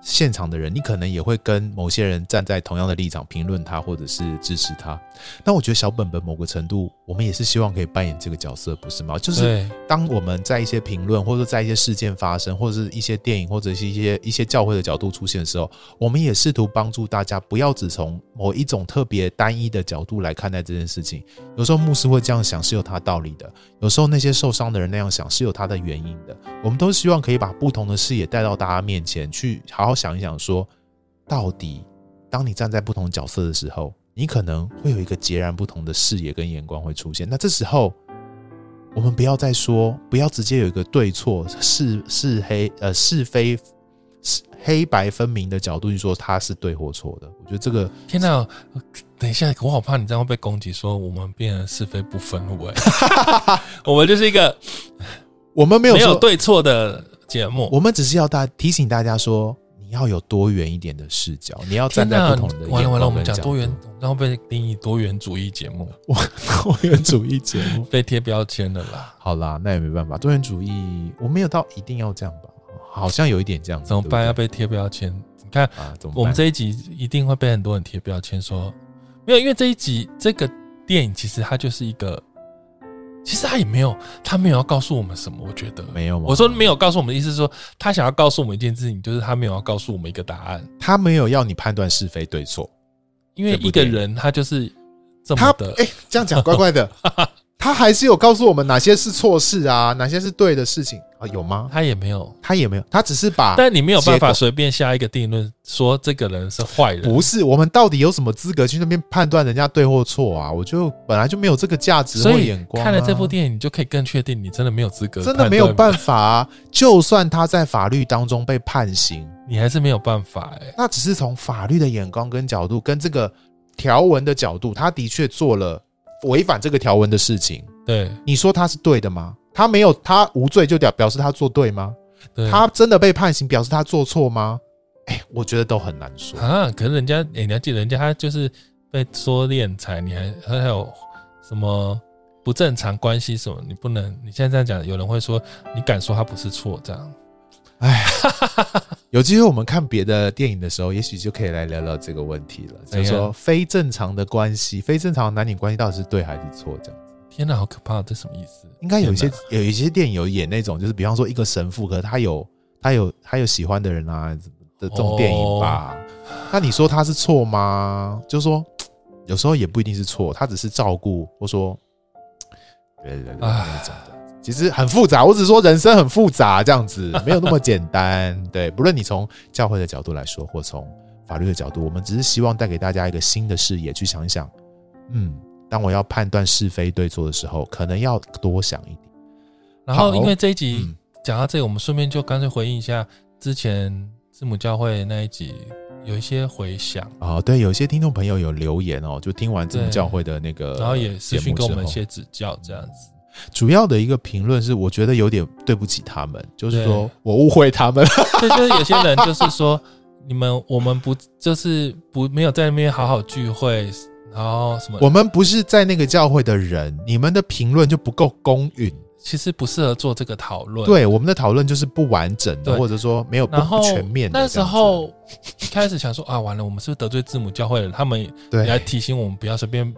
[SPEAKER 3] 现场的人，你可能也会跟某些人站在同样的立场评论他，或者是支持他。那我觉得小本本某个程度，我们也是希望可以扮演这个角色，不是吗？就是
[SPEAKER 1] 对
[SPEAKER 3] 当我们在一些评论，或者在一些事件发生，或者是一些电影，或者是一些一些教会的角度出现的时候，我们也试图帮助大家不要只从某一种特别单一的角度来看待这件事情。有时候牧师会这样想是有他道理的，有时候那些受伤的人那样想是有他的原因的。我们都希望可以把不同的视野带到大家面前，去好好想一想说到底当你站在不同角色的时候，你可能会有一个截然不同的视野跟眼光会出现。那这时候，我们不要再说，不要直接有一个对错是是黑呃是非是黑白分明的角度去说他是对或错的。我觉得这个
[SPEAKER 1] 天哪！呃等一下，我好怕你这样会被攻击，说我们变成是非不分户哎、
[SPEAKER 3] [LAUGHS]
[SPEAKER 1] 我们就是一个
[SPEAKER 3] 我们没有
[SPEAKER 1] 没
[SPEAKER 3] 说
[SPEAKER 1] 有对错的节目。
[SPEAKER 3] 我们只是要大提醒大家说，你要有多元一点的视角，你要站在
[SPEAKER 1] 天哪
[SPEAKER 3] 不同的眼
[SPEAKER 1] 完了完了，我
[SPEAKER 3] 光
[SPEAKER 1] 们
[SPEAKER 3] 跟
[SPEAKER 1] 讲
[SPEAKER 3] 角
[SPEAKER 1] 多元
[SPEAKER 3] 度，
[SPEAKER 1] 然后被定义多元主义节目，
[SPEAKER 3] [LAUGHS] 多元主义节目。
[SPEAKER 1] 被贴标签了啦，
[SPEAKER 3] 好啦，那也没办法，多元主义我没有到一定要这样吧，好像有一点这样子，
[SPEAKER 1] 怎么办？
[SPEAKER 3] 对
[SPEAKER 1] 要
[SPEAKER 3] 不对
[SPEAKER 1] 被贴标签？你看，
[SPEAKER 3] 啊？怎么办？
[SPEAKER 1] 我们这一集一定会被很多人贴标签，说没有，因为这一集这个电影其实它就是一个，其实它也没有，它没有要告诉我们什么。我觉得
[SPEAKER 3] 没有吗？啊
[SPEAKER 1] 我说没有告诉我们的意思是说，他想要告诉我们一件事情，就是他没有要告诉我们一个答案，
[SPEAKER 3] 他没有要你判断是非对错，
[SPEAKER 1] 因为
[SPEAKER 3] 这部
[SPEAKER 1] 一个
[SPEAKER 3] 电影
[SPEAKER 1] 人他就是这
[SPEAKER 3] 他
[SPEAKER 1] 么的，
[SPEAKER 3] 哎、这样讲怪怪
[SPEAKER 1] [LAUGHS]
[SPEAKER 3] 的，他还是有告诉我们哪些是错事啊，哪些是对的事情啊？有吗？
[SPEAKER 1] 他也没有，
[SPEAKER 3] 他也没有，他只是把
[SPEAKER 1] 但你没有办
[SPEAKER 3] 啊结
[SPEAKER 1] 法
[SPEAKER 3] 果
[SPEAKER 1] 随便下一个定论说这个人是坏人，
[SPEAKER 3] 不是我们到底有什么资格去那边判断人家对或错啊？我就本来就没有这个价值
[SPEAKER 1] 所
[SPEAKER 3] 或
[SPEAKER 1] 以
[SPEAKER 3] 眼光、啊
[SPEAKER 1] 看了这部。电影，你就可以更确定你真的没有资格，
[SPEAKER 3] 真的没有办，法啊！就算他在法律当中被判刑，
[SPEAKER 1] 你还是没有办法哎、
[SPEAKER 3] 那只是从法律的眼光跟角度，跟这个条文的角度，他的确做了违反这个条文的事情。
[SPEAKER 1] 对
[SPEAKER 3] 你说他是对的吗？他没有，他无罪就表表示他做对吗？
[SPEAKER 1] 对，啊
[SPEAKER 3] 他真的被判刑，表示他做错吗？哎、我觉得都很难
[SPEAKER 1] [LAUGHS]
[SPEAKER 3] 说。
[SPEAKER 1] 啊，可是人家，哎，你要记得，人家他就是被说敛财，你还还有什么不正常关系什么，你不能，你现在这样讲，有人会说你敢说他不是错，这样
[SPEAKER 3] 有机会我们看别的电影的时候，也许就可以来聊聊这个问题了，就是
[SPEAKER 1] 怎
[SPEAKER 3] 说
[SPEAKER 1] 样
[SPEAKER 3] 非正常的关系、非正常的男女关系到底是对还是错？这样子
[SPEAKER 1] 天哪，好可怕，这什么意思？
[SPEAKER 3] 应该有一些
[SPEAKER 1] 天哪
[SPEAKER 3] 有一些电影有演那种，就是比方说一个神父，可是他有他有他有喜欢的人啊的这种电影吧？那你说他是错吗？就说有时候也不一定是错，他只是照顾或说对对对那种的。其实很复杂，我只是说人生很复杂，这样子没有那么简单。对，不论你从教会的角度来说，或从法律的角度，我们只是希望带给大家一个新的视野，去想一想，嗯，当我要判断是非对错的时候，可能要多想一点。
[SPEAKER 1] 然后
[SPEAKER 3] 好
[SPEAKER 1] 因为这一集
[SPEAKER 3] 嗯
[SPEAKER 1] 讲到这里，我们顺便就干脆回应一下之前字母教会那一集有一些回响，
[SPEAKER 3] 啊、对，有一些听众朋友有留言哦，就听完字母
[SPEAKER 1] 对
[SPEAKER 3] 教会的那个节目之后，
[SPEAKER 1] 然后也私讯给我们一些指教，这样子。
[SPEAKER 3] 主要的一个评论是，我觉得有点对不起他们，就是说
[SPEAKER 1] 对
[SPEAKER 3] 我误会他
[SPEAKER 1] [LAUGHS]
[SPEAKER 3] 们了。 [LAUGHS]
[SPEAKER 1] 这就是有些人就是说，你们我们不就是不没有在那边好好聚会，然后什么，
[SPEAKER 3] 我们不是在那个教会的人，你们的评论就不够公允，
[SPEAKER 1] 其实不适合做这个讨论。，
[SPEAKER 3] 对我们的讨论就是不完整的，
[SPEAKER 1] 对
[SPEAKER 3] 或者说没有不
[SPEAKER 1] 然后
[SPEAKER 3] 不全面的
[SPEAKER 1] 那
[SPEAKER 3] 这
[SPEAKER 1] 时
[SPEAKER 3] 样子。
[SPEAKER 1] 候一开始想说啊，完了，我们是不是得罪字母教会了？他们也来
[SPEAKER 3] 对
[SPEAKER 1] 提醒我们不要随便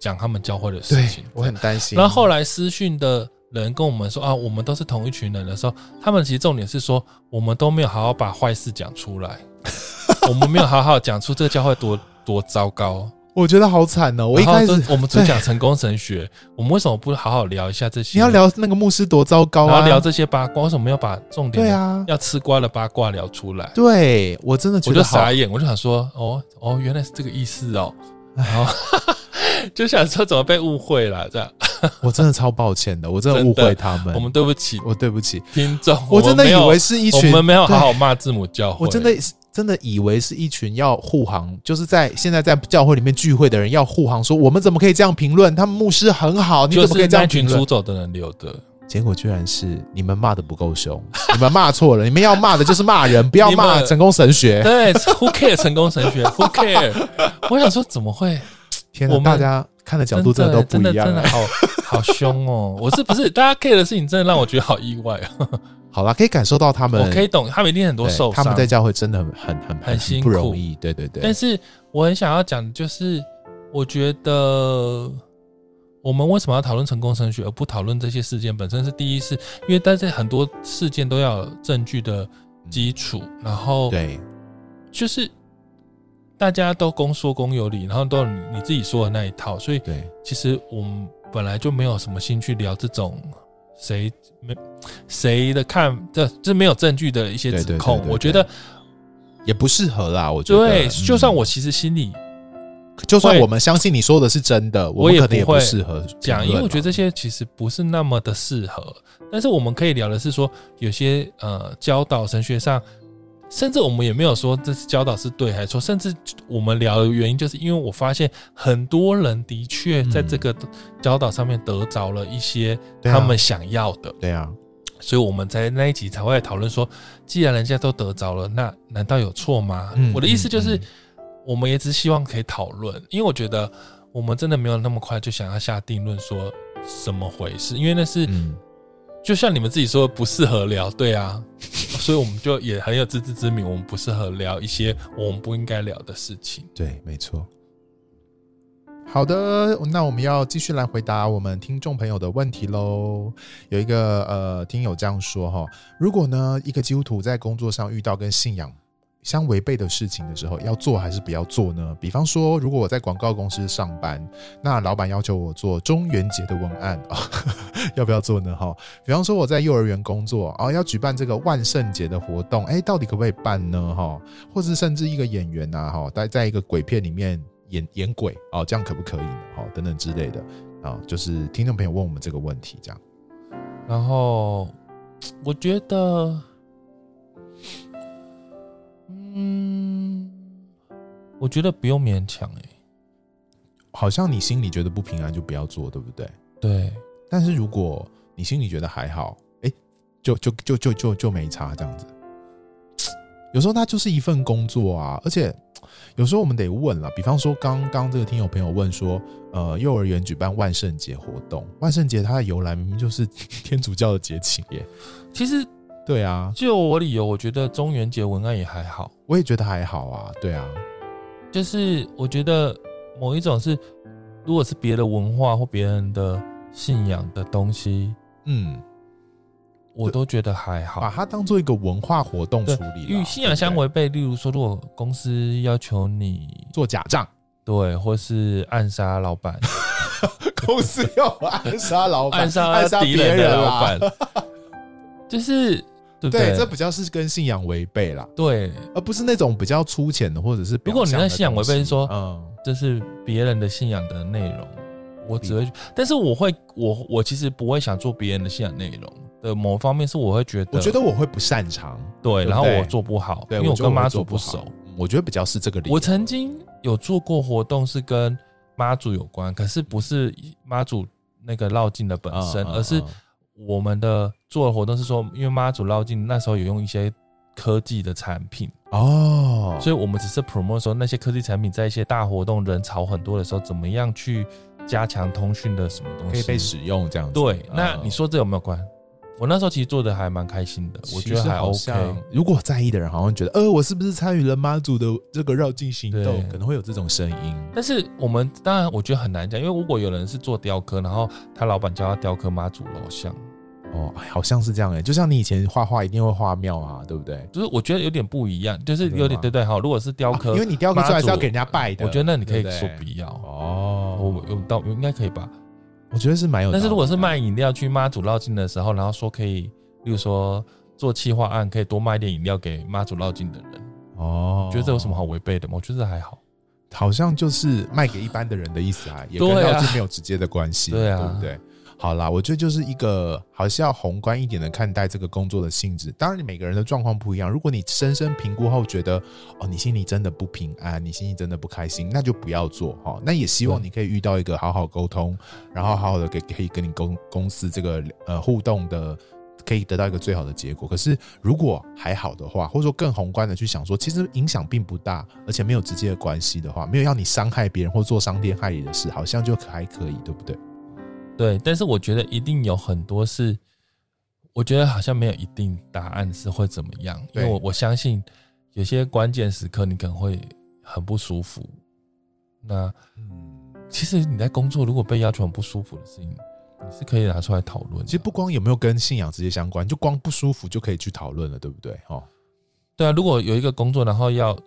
[SPEAKER 1] 讲他们教会的事
[SPEAKER 3] 对
[SPEAKER 1] 情。，
[SPEAKER 3] 我很担心。
[SPEAKER 1] 然后后来私讯的人跟我们说啊，我们都是同一群人的时候，他们其实重点是说，我们都没有好好把坏事讲出来， [LAUGHS] 我们没有好好讲出这个教会多多糟糕。
[SPEAKER 3] 我觉得好惨哦，我一
[SPEAKER 1] 然后
[SPEAKER 3] 开始
[SPEAKER 1] 都我们只讲成功神学，我们为什么不好好聊一下这些？
[SPEAKER 3] 你要，聊那个牧师多糟糕
[SPEAKER 1] 然后
[SPEAKER 3] 啊，
[SPEAKER 1] 聊这些八卦，为什么要把重点
[SPEAKER 3] 对啊，
[SPEAKER 1] 要吃瓜的八卦聊出来？
[SPEAKER 3] 对我真的觉
[SPEAKER 1] 我就
[SPEAKER 3] 得好
[SPEAKER 1] 傻眼，我就想说，哦哦，原来是这个意思哦，然后 [LAUGHS] 就想说怎么被误会了，这样
[SPEAKER 3] 我真的超抱歉的，我真的误会他
[SPEAKER 1] [LAUGHS]
[SPEAKER 3] 们，
[SPEAKER 1] 我们对不起
[SPEAKER 3] 我对不起，
[SPEAKER 1] 听众，
[SPEAKER 3] 我真的
[SPEAKER 1] 们没
[SPEAKER 3] 以
[SPEAKER 1] 有
[SPEAKER 3] 为是一
[SPEAKER 1] 我
[SPEAKER 3] 群
[SPEAKER 1] 们没有好
[SPEAKER 3] 对
[SPEAKER 1] 好骂字母教会，
[SPEAKER 3] 我真的真的以为是一群要护航，就是在现在在教会里面聚会的人要护航，说我们怎么可以这样评论？他们牧师很好，你
[SPEAKER 1] 就
[SPEAKER 3] 怎么可
[SPEAKER 1] 是
[SPEAKER 3] 以这
[SPEAKER 1] 那
[SPEAKER 3] 样啊
[SPEAKER 1] 群
[SPEAKER 3] 评
[SPEAKER 1] 出
[SPEAKER 3] 论？
[SPEAKER 1] 走的人留的，
[SPEAKER 3] 结果居然是你们骂的不够凶，你们骂错了，你们要骂的就是骂人，不要
[SPEAKER 1] 你们
[SPEAKER 3] 骂成功神 [LAUGHS] 学。
[SPEAKER 1] 对，Who care 成功神学？Who
[SPEAKER 3] [LAUGHS]
[SPEAKER 1] care？我想说怎么会？
[SPEAKER 3] 天哪，
[SPEAKER 1] 我们
[SPEAKER 3] 大家看的角度真的都
[SPEAKER 1] 真
[SPEAKER 3] 不
[SPEAKER 1] 的
[SPEAKER 3] 一样
[SPEAKER 1] 真
[SPEAKER 3] 啊
[SPEAKER 1] 的
[SPEAKER 3] 了。
[SPEAKER 1] 好好凶哦！我是不是大家 care 的事情，真的让我觉得好意外哦。
[SPEAKER 3] 好啦，可以感受到他们，
[SPEAKER 1] 我可以懂，他们一定很多
[SPEAKER 3] 对
[SPEAKER 1] 受
[SPEAKER 3] 他
[SPEAKER 1] 伤，
[SPEAKER 3] 们在教会真的很很很
[SPEAKER 1] 很辛
[SPEAKER 3] 不
[SPEAKER 1] 苦
[SPEAKER 3] 容易。对对
[SPEAKER 1] 但
[SPEAKER 3] 对，
[SPEAKER 1] 是我很想要讲，的就是我觉得我们为什么要讨论成功神学，而不讨论这些事件本身？是第一是，因为但是很多事件都要有证据的基础，然后
[SPEAKER 3] 嗯对
[SPEAKER 1] 就是大家都公说公有理，然后都有你你自己说的那一套，所以
[SPEAKER 3] 对
[SPEAKER 1] 其实我们本来就没有什么兴趣聊这种谁没谁的看，这这没有证据的一些
[SPEAKER 3] 对
[SPEAKER 1] 指
[SPEAKER 3] 对对
[SPEAKER 1] 控
[SPEAKER 3] 对。对
[SPEAKER 1] 我觉得
[SPEAKER 3] 也不适合啦，我觉得。
[SPEAKER 1] 对，
[SPEAKER 3] 嗯
[SPEAKER 1] 就算我其实心里
[SPEAKER 3] 就算
[SPEAKER 1] 会
[SPEAKER 3] 我们相信你说的是真的，我
[SPEAKER 1] 我
[SPEAKER 3] 们
[SPEAKER 1] 也
[SPEAKER 3] 可能也
[SPEAKER 1] 不
[SPEAKER 3] 不
[SPEAKER 1] 会
[SPEAKER 3] 适合
[SPEAKER 1] 讲，
[SPEAKER 3] 评
[SPEAKER 1] 因为
[SPEAKER 3] 论啊
[SPEAKER 1] 我觉得
[SPEAKER 3] 啦
[SPEAKER 1] 这些其实不是那么的适合。但是我们可以聊的是说，有些呃教导神学上，甚至我们也没有说这是教导是对还是错，甚至我们聊的原因，就是因为我发现很多人的确在这个教导上面得着了一些
[SPEAKER 3] 嗯对啊
[SPEAKER 1] 他们想要的，
[SPEAKER 3] 对啊，
[SPEAKER 1] 所以我们在那一集才会讨论说，既然人家都得着了，那难道有错吗？
[SPEAKER 3] 嗯
[SPEAKER 1] 我的意思就是。
[SPEAKER 3] 嗯嗯
[SPEAKER 1] 我们也只希望可以讨论，因为我觉得我们真的没有那么快就想要下定论说什么回事，因为那是、
[SPEAKER 3] 嗯，
[SPEAKER 1] 就像你们自己说的不适合聊，对啊， [LAUGHS] 所以我们就也很有自知之明，我们不适合聊一些我们不应该聊的事情。
[SPEAKER 3] 对，没错。好的，那我们要继续来回答我们听众朋友的问题喽。有一个呃听友这样说哈，如果呢一个基督徒在工作上遇到跟信仰相违背的事情的时候，要做还是不要做呢？比方说，如果我在广告公司上班，那老板要求我做中元节的文案 [LAUGHS] 啊、要不要做呢？哈，比方说我在幼儿园工作啊、要举办这个万圣节的活动，哎，到底可不可以办呢？哈、或是甚至一个演员呐、哈，在在一个鬼片里面演演鬼哦，这样可不可以呢？哦，等等之类的啊、哦就是听众朋友问我们这个问题，这样
[SPEAKER 1] 然后我觉得，嗯，我觉得不用勉强欸诶、
[SPEAKER 3] 好像你心里觉得不平安就不要做，对不对？
[SPEAKER 1] 对，
[SPEAKER 3] 但是如果你心里觉得还好，哎，就就就就就就没差这样子。有时候它就是一份工作啊，而且有时候我们得问了，比方说刚刚这个听友朋友问说，呃，幼儿园举办万圣节活动，万圣节它的由来明明就是天主教的节庆耶，
[SPEAKER 1] 其实
[SPEAKER 3] 对啊，
[SPEAKER 1] 就我理由，我觉得中元节文案也还好。
[SPEAKER 3] 我也觉得还好啊，对啊，
[SPEAKER 1] 就是我觉得某一种是，如果是别的文化或别人的信仰的东西，
[SPEAKER 3] 嗯，
[SPEAKER 1] 我都觉得还
[SPEAKER 3] 把
[SPEAKER 1] 好。
[SPEAKER 3] 它当做一个文化活动
[SPEAKER 1] 对
[SPEAKER 3] 处理啦，
[SPEAKER 1] 与信仰相
[SPEAKER 3] 对不对
[SPEAKER 1] 违背，例如说，如果公司要求你
[SPEAKER 3] 做假账，
[SPEAKER 1] 对，或是暗杀老板、
[SPEAKER 3] [LAUGHS] 公司要暗杀老板，
[SPEAKER 1] 暗
[SPEAKER 3] 暗
[SPEAKER 1] 杀
[SPEAKER 3] 杀
[SPEAKER 1] 敌
[SPEAKER 3] 别人
[SPEAKER 1] 的
[SPEAKER 3] 啦
[SPEAKER 1] 老板，
[SPEAKER 3] [LAUGHS]
[SPEAKER 1] 就是对不
[SPEAKER 3] 对，
[SPEAKER 1] 对？
[SPEAKER 3] 这比较是跟信仰违背啦，
[SPEAKER 1] 对，
[SPEAKER 3] 而不是那种比较粗浅的或者是表
[SPEAKER 1] 如果你
[SPEAKER 3] 象的
[SPEAKER 1] 在信仰
[SPEAKER 3] 东西
[SPEAKER 1] 违背是说
[SPEAKER 3] 嗯，
[SPEAKER 1] 这是别人的信仰的内容，我只会，但是我会，我我其实不会想做别人的信仰内容的某方面，是我会觉得，
[SPEAKER 3] 我觉得我会不擅长，
[SPEAKER 1] 对，
[SPEAKER 3] 对不
[SPEAKER 1] 然后
[SPEAKER 3] 对
[SPEAKER 1] 我做不好，
[SPEAKER 3] 对，
[SPEAKER 1] 因为我
[SPEAKER 3] 觉得
[SPEAKER 1] 跟妈
[SPEAKER 3] 会
[SPEAKER 1] 祖
[SPEAKER 3] 做不
[SPEAKER 1] 熟
[SPEAKER 3] 好。，我觉得比较是这个理由
[SPEAKER 1] 我。曾经有做过活动是跟妈祖有关，可是不是妈祖那个绕境的本身，
[SPEAKER 3] 嗯嗯
[SPEAKER 1] 而是
[SPEAKER 3] 嗯
[SPEAKER 1] 我们的做的活动是说，因为妈祖绕境那时候有用一些科技的产品，
[SPEAKER 3] 哦，
[SPEAKER 1] 所以我们只是 promote 说那些科技产品在一些大活动人潮很多的时候，怎么样去加强通讯的什么东
[SPEAKER 3] 可
[SPEAKER 1] 西
[SPEAKER 3] 以被使用这样子。
[SPEAKER 1] 对，那
[SPEAKER 3] 嗯
[SPEAKER 1] 你说这有没有关？我那时候其实做的还蛮开心的，我觉得还 OK。。
[SPEAKER 3] 如果在意的人好像觉得，呃，我是不是参与了妈祖的这个绕境行动
[SPEAKER 1] 对？
[SPEAKER 3] 可能会有这种声音。
[SPEAKER 1] 但是我们当然，我觉得很难讲，因为如果有人是做雕刻，然后他老板叫他雕刻妈祖楼像，
[SPEAKER 3] 哦，哎好像是这样哎、就像你以前画画一定会画庙啊，对不对？
[SPEAKER 1] 就是我觉得有点不一样，就是有点
[SPEAKER 3] 真的吗
[SPEAKER 1] 对对哈。如果是雕刻，
[SPEAKER 3] 啊因为你雕刻出来是要给人
[SPEAKER 1] 家
[SPEAKER 3] 家拜的。
[SPEAKER 1] 我觉得那你可以
[SPEAKER 3] 对不对
[SPEAKER 1] 说不要。
[SPEAKER 3] 哦，
[SPEAKER 1] 我有到应该可以吧？
[SPEAKER 3] 我觉得是蛮有道理的。
[SPEAKER 1] 但是如果是卖饮料去妈祖绕境的时候，然后说可以，例如说做企划案，可以多卖一点饮料给妈祖绕境的人，
[SPEAKER 3] 哦，
[SPEAKER 1] 觉得这有什么好违背的吗？我觉得这还好。
[SPEAKER 3] 好像就是卖给一般的人的意思啊，也跟
[SPEAKER 1] 对啊
[SPEAKER 3] 绕境没有直接的
[SPEAKER 1] [LAUGHS]
[SPEAKER 3] 关系，
[SPEAKER 1] 对啊
[SPEAKER 3] 对不对？好啦，我觉得就是一个还是要宏观一点的看待这个工作的性质。当然，你每个人的状况不一样。如果你深深评估后觉得，哦，你心里真的不平安，你心里真的不开心，那就不要做哈、哦。那也希望
[SPEAKER 1] 对
[SPEAKER 3] 你可以遇到一个好好沟通，然后好好的给可以跟你公公司这个呃互动的，可以得到一个最好的结果。可是如果还好的话，或者说更宏观的去想说，其实影响并不大，而且没有直接的关系的话，没有要你伤害别人或做伤天害理的事，好像就还可以，对不对？
[SPEAKER 1] 对，但是我觉得一定有很多是，我觉得好像没有一定答案是会怎么样，因
[SPEAKER 3] 对
[SPEAKER 1] 为我我相信有些关键时刻你可能会很不舒服。那
[SPEAKER 3] 嗯，
[SPEAKER 1] 其实你在工作如果被要求很不舒服的事情，你是可以拿出来讨论的。
[SPEAKER 3] 其实不光有没有跟信仰直接相关，就光不舒服就可以去讨论了，对不对？哦，
[SPEAKER 1] 对啊，如果有一个工作，然后要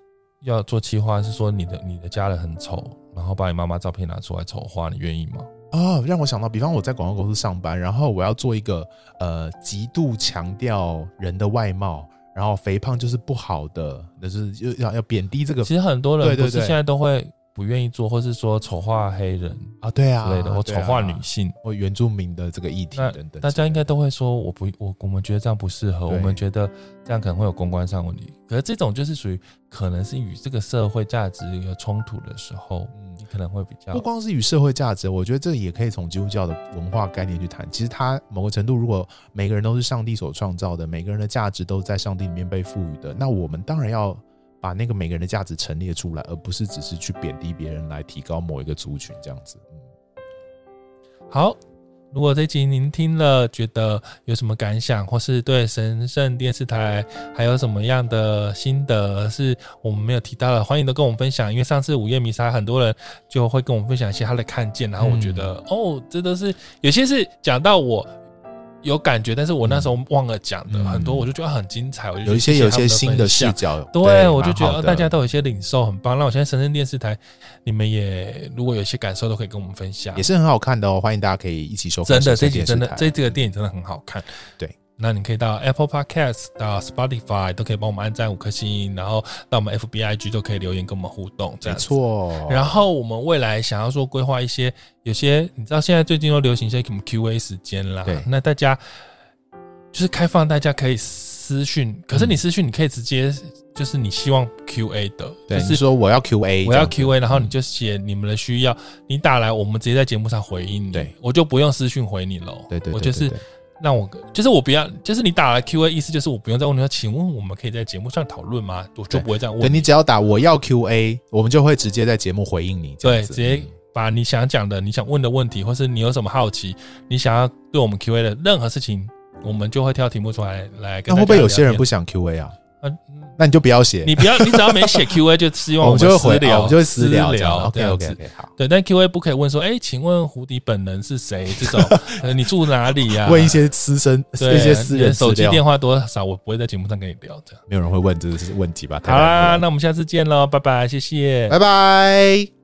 [SPEAKER 1] 要做企划，是说你的你的家人很丑，然后把你妈妈照片拿出来丑化，你愿意吗？
[SPEAKER 3] 哦，让我想到，比方我在广告公司上班，然后我要做一个呃极度强调人的外貌，然后肥胖就是不好的，就是就要要贬低这个
[SPEAKER 1] 其实很多人
[SPEAKER 3] 对对
[SPEAKER 1] 不是
[SPEAKER 3] 对
[SPEAKER 1] 现在都会不愿意做，或是说丑化黑人之
[SPEAKER 3] 啊，对啊
[SPEAKER 1] 类的，或
[SPEAKER 3] 对
[SPEAKER 1] 丑
[SPEAKER 3] 啊
[SPEAKER 1] 化女性。
[SPEAKER 3] 或原住民的这个议题
[SPEAKER 1] 那
[SPEAKER 3] 等等，
[SPEAKER 1] 大家应该都会说，我不，我我们觉得这样不适合，
[SPEAKER 3] 对
[SPEAKER 1] 我们觉得这样可能会有公关上问题。可是这种就是属于可能是与这个社会价值有冲突的时候，
[SPEAKER 3] 嗯
[SPEAKER 1] 你可能会比较
[SPEAKER 3] 不光是与社会价值，我觉得这也可以从基督教的文化概念去谈。其实它某个程度，如果每个人都是上帝所创造的，每个人的价值都在上帝里面被赋予的，那我们当然要把那个每个人的价值陈列出来，而不是只是去贬低别人来提高某一个族群这样子。嗯
[SPEAKER 1] 好。如果这集您听了，觉得有什么感想，或是对神圣电视台还有什么样的心得是我们没有提到的，欢迎都跟我们分享。因为上次午夜弥撒，很多人就会跟我们分享一些他的看见，然后我
[SPEAKER 3] 嗯
[SPEAKER 1] 觉得、哦，这都是有些是讲到我有感觉，但是我那时候忘了讲的、
[SPEAKER 3] 嗯
[SPEAKER 1] 很多，我就觉得很精彩。我就觉得
[SPEAKER 3] 有一些
[SPEAKER 1] 谢谢
[SPEAKER 3] 有一
[SPEAKER 1] 他们
[SPEAKER 3] 些新的
[SPEAKER 1] 分
[SPEAKER 3] 视
[SPEAKER 1] 享。
[SPEAKER 3] 角，
[SPEAKER 1] 对，我就觉得
[SPEAKER 3] 蛮好
[SPEAKER 1] 哦
[SPEAKER 3] 的
[SPEAKER 1] 大家都有一些领受，很棒。那我现在神圣电视台，你们也如果有一些感受，都可以跟我们分享
[SPEAKER 3] 也。是很好看的哦，欢迎大家可以一起收看
[SPEAKER 1] 真
[SPEAKER 3] 神
[SPEAKER 1] 的，
[SPEAKER 3] 圣
[SPEAKER 1] 这集
[SPEAKER 3] 电视
[SPEAKER 1] 真
[SPEAKER 3] 台。啊
[SPEAKER 1] 的，这这个电影真的很好看。
[SPEAKER 3] 对，
[SPEAKER 1] 那你可以到 Apple Podcast、到 Spotify 都可以帮我们按赞五颗星，然后到我们 FBIG 都可以留言跟我们互动，这
[SPEAKER 3] 没
[SPEAKER 1] 样子。
[SPEAKER 3] 错。
[SPEAKER 1] 然后我们未来想要说规划一些，有些你知道现在最近都流行一些什么 Q&A 时间啦
[SPEAKER 3] 对，
[SPEAKER 1] 那大家就是开放大家可以私讯，可
[SPEAKER 3] 嗯
[SPEAKER 1] 是你私讯你可以直接就是你希望 Q&A 的，
[SPEAKER 3] 对，
[SPEAKER 1] 就
[SPEAKER 3] 你
[SPEAKER 1] 是
[SPEAKER 3] 说我要 Q&A，
[SPEAKER 1] 我要
[SPEAKER 3] 这样
[SPEAKER 1] Q&A，然后你就写你们的需要，你打来，我们直接在节目上回应你，
[SPEAKER 3] 对
[SPEAKER 1] 我就不用私讯回你喽。
[SPEAKER 3] 对对，对
[SPEAKER 1] 我就
[SPEAKER 3] 对
[SPEAKER 1] 是
[SPEAKER 3] 对
[SPEAKER 1] 让我就是我不要，就是你打来 Q&A，意思就是我不用再问你说，请问我们可以在节目上讨论吗？我就不会这样
[SPEAKER 3] 对
[SPEAKER 1] 问
[SPEAKER 3] 你只要打我要 Q&A，我们就会直接在节目回应你，这
[SPEAKER 1] 对，
[SPEAKER 3] 样子嗯
[SPEAKER 1] 直接把你想讲的、你想问的问题，或是你有什么好奇，你想要对我们 Q&A 的任何事情，我们就会挑题目出来来跟大家
[SPEAKER 3] 那
[SPEAKER 1] 聊天。
[SPEAKER 3] 会不会有些人不想 Q&A 啊？
[SPEAKER 1] 嗯？
[SPEAKER 3] 那你就不要写，
[SPEAKER 1] 你不要，你只要没写 Q&A，就希望
[SPEAKER 3] 我们就会
[SPEAKER 1] 私
[SPEAKER 3] 回啊
[SPEAKER 1] 聊，
[SPEAKER 3] 我们就会私聊
[SPEAKER 1] 私聊
[SPEAKER 3] OK
[SPEAKER 1] 这样
[SPEAKER 3] OK
[SPEAKER 1] 子。
[SPEAKER 3] OK，好。
[SPEAKER 1] 对，但 Q&A 不可以问说，哎、请问胡迪本人是谁？这
[SPEAKER 3] [LAUGHS]
[SPEAKER 1] 种，呃，你住哪里呀、
[SPEAKER 3] 问一些私生，
[SPEAKER 1] 对
[SPEAKER 3] 一些私
[SPEAKER 1] 你的
[SPEAKER 3] 人
[SPEAKER 1] 手
[SPEAKER 3] 资
[SPEAKER 1] 机
[SPEAKER 3] 料，
[SPEAKER 1] 电话多少，我不会在节目上跟你聊这样。
[SPEAKER 3] 没有人会问这是问题吧？太
[SPEAKER 1] 好啦，
[SPEAKER 3] 难问了
[SPEAKER 1] 那我们下次见喽，拜拜，谢谢，
[SPEAKER 3] 拜拜。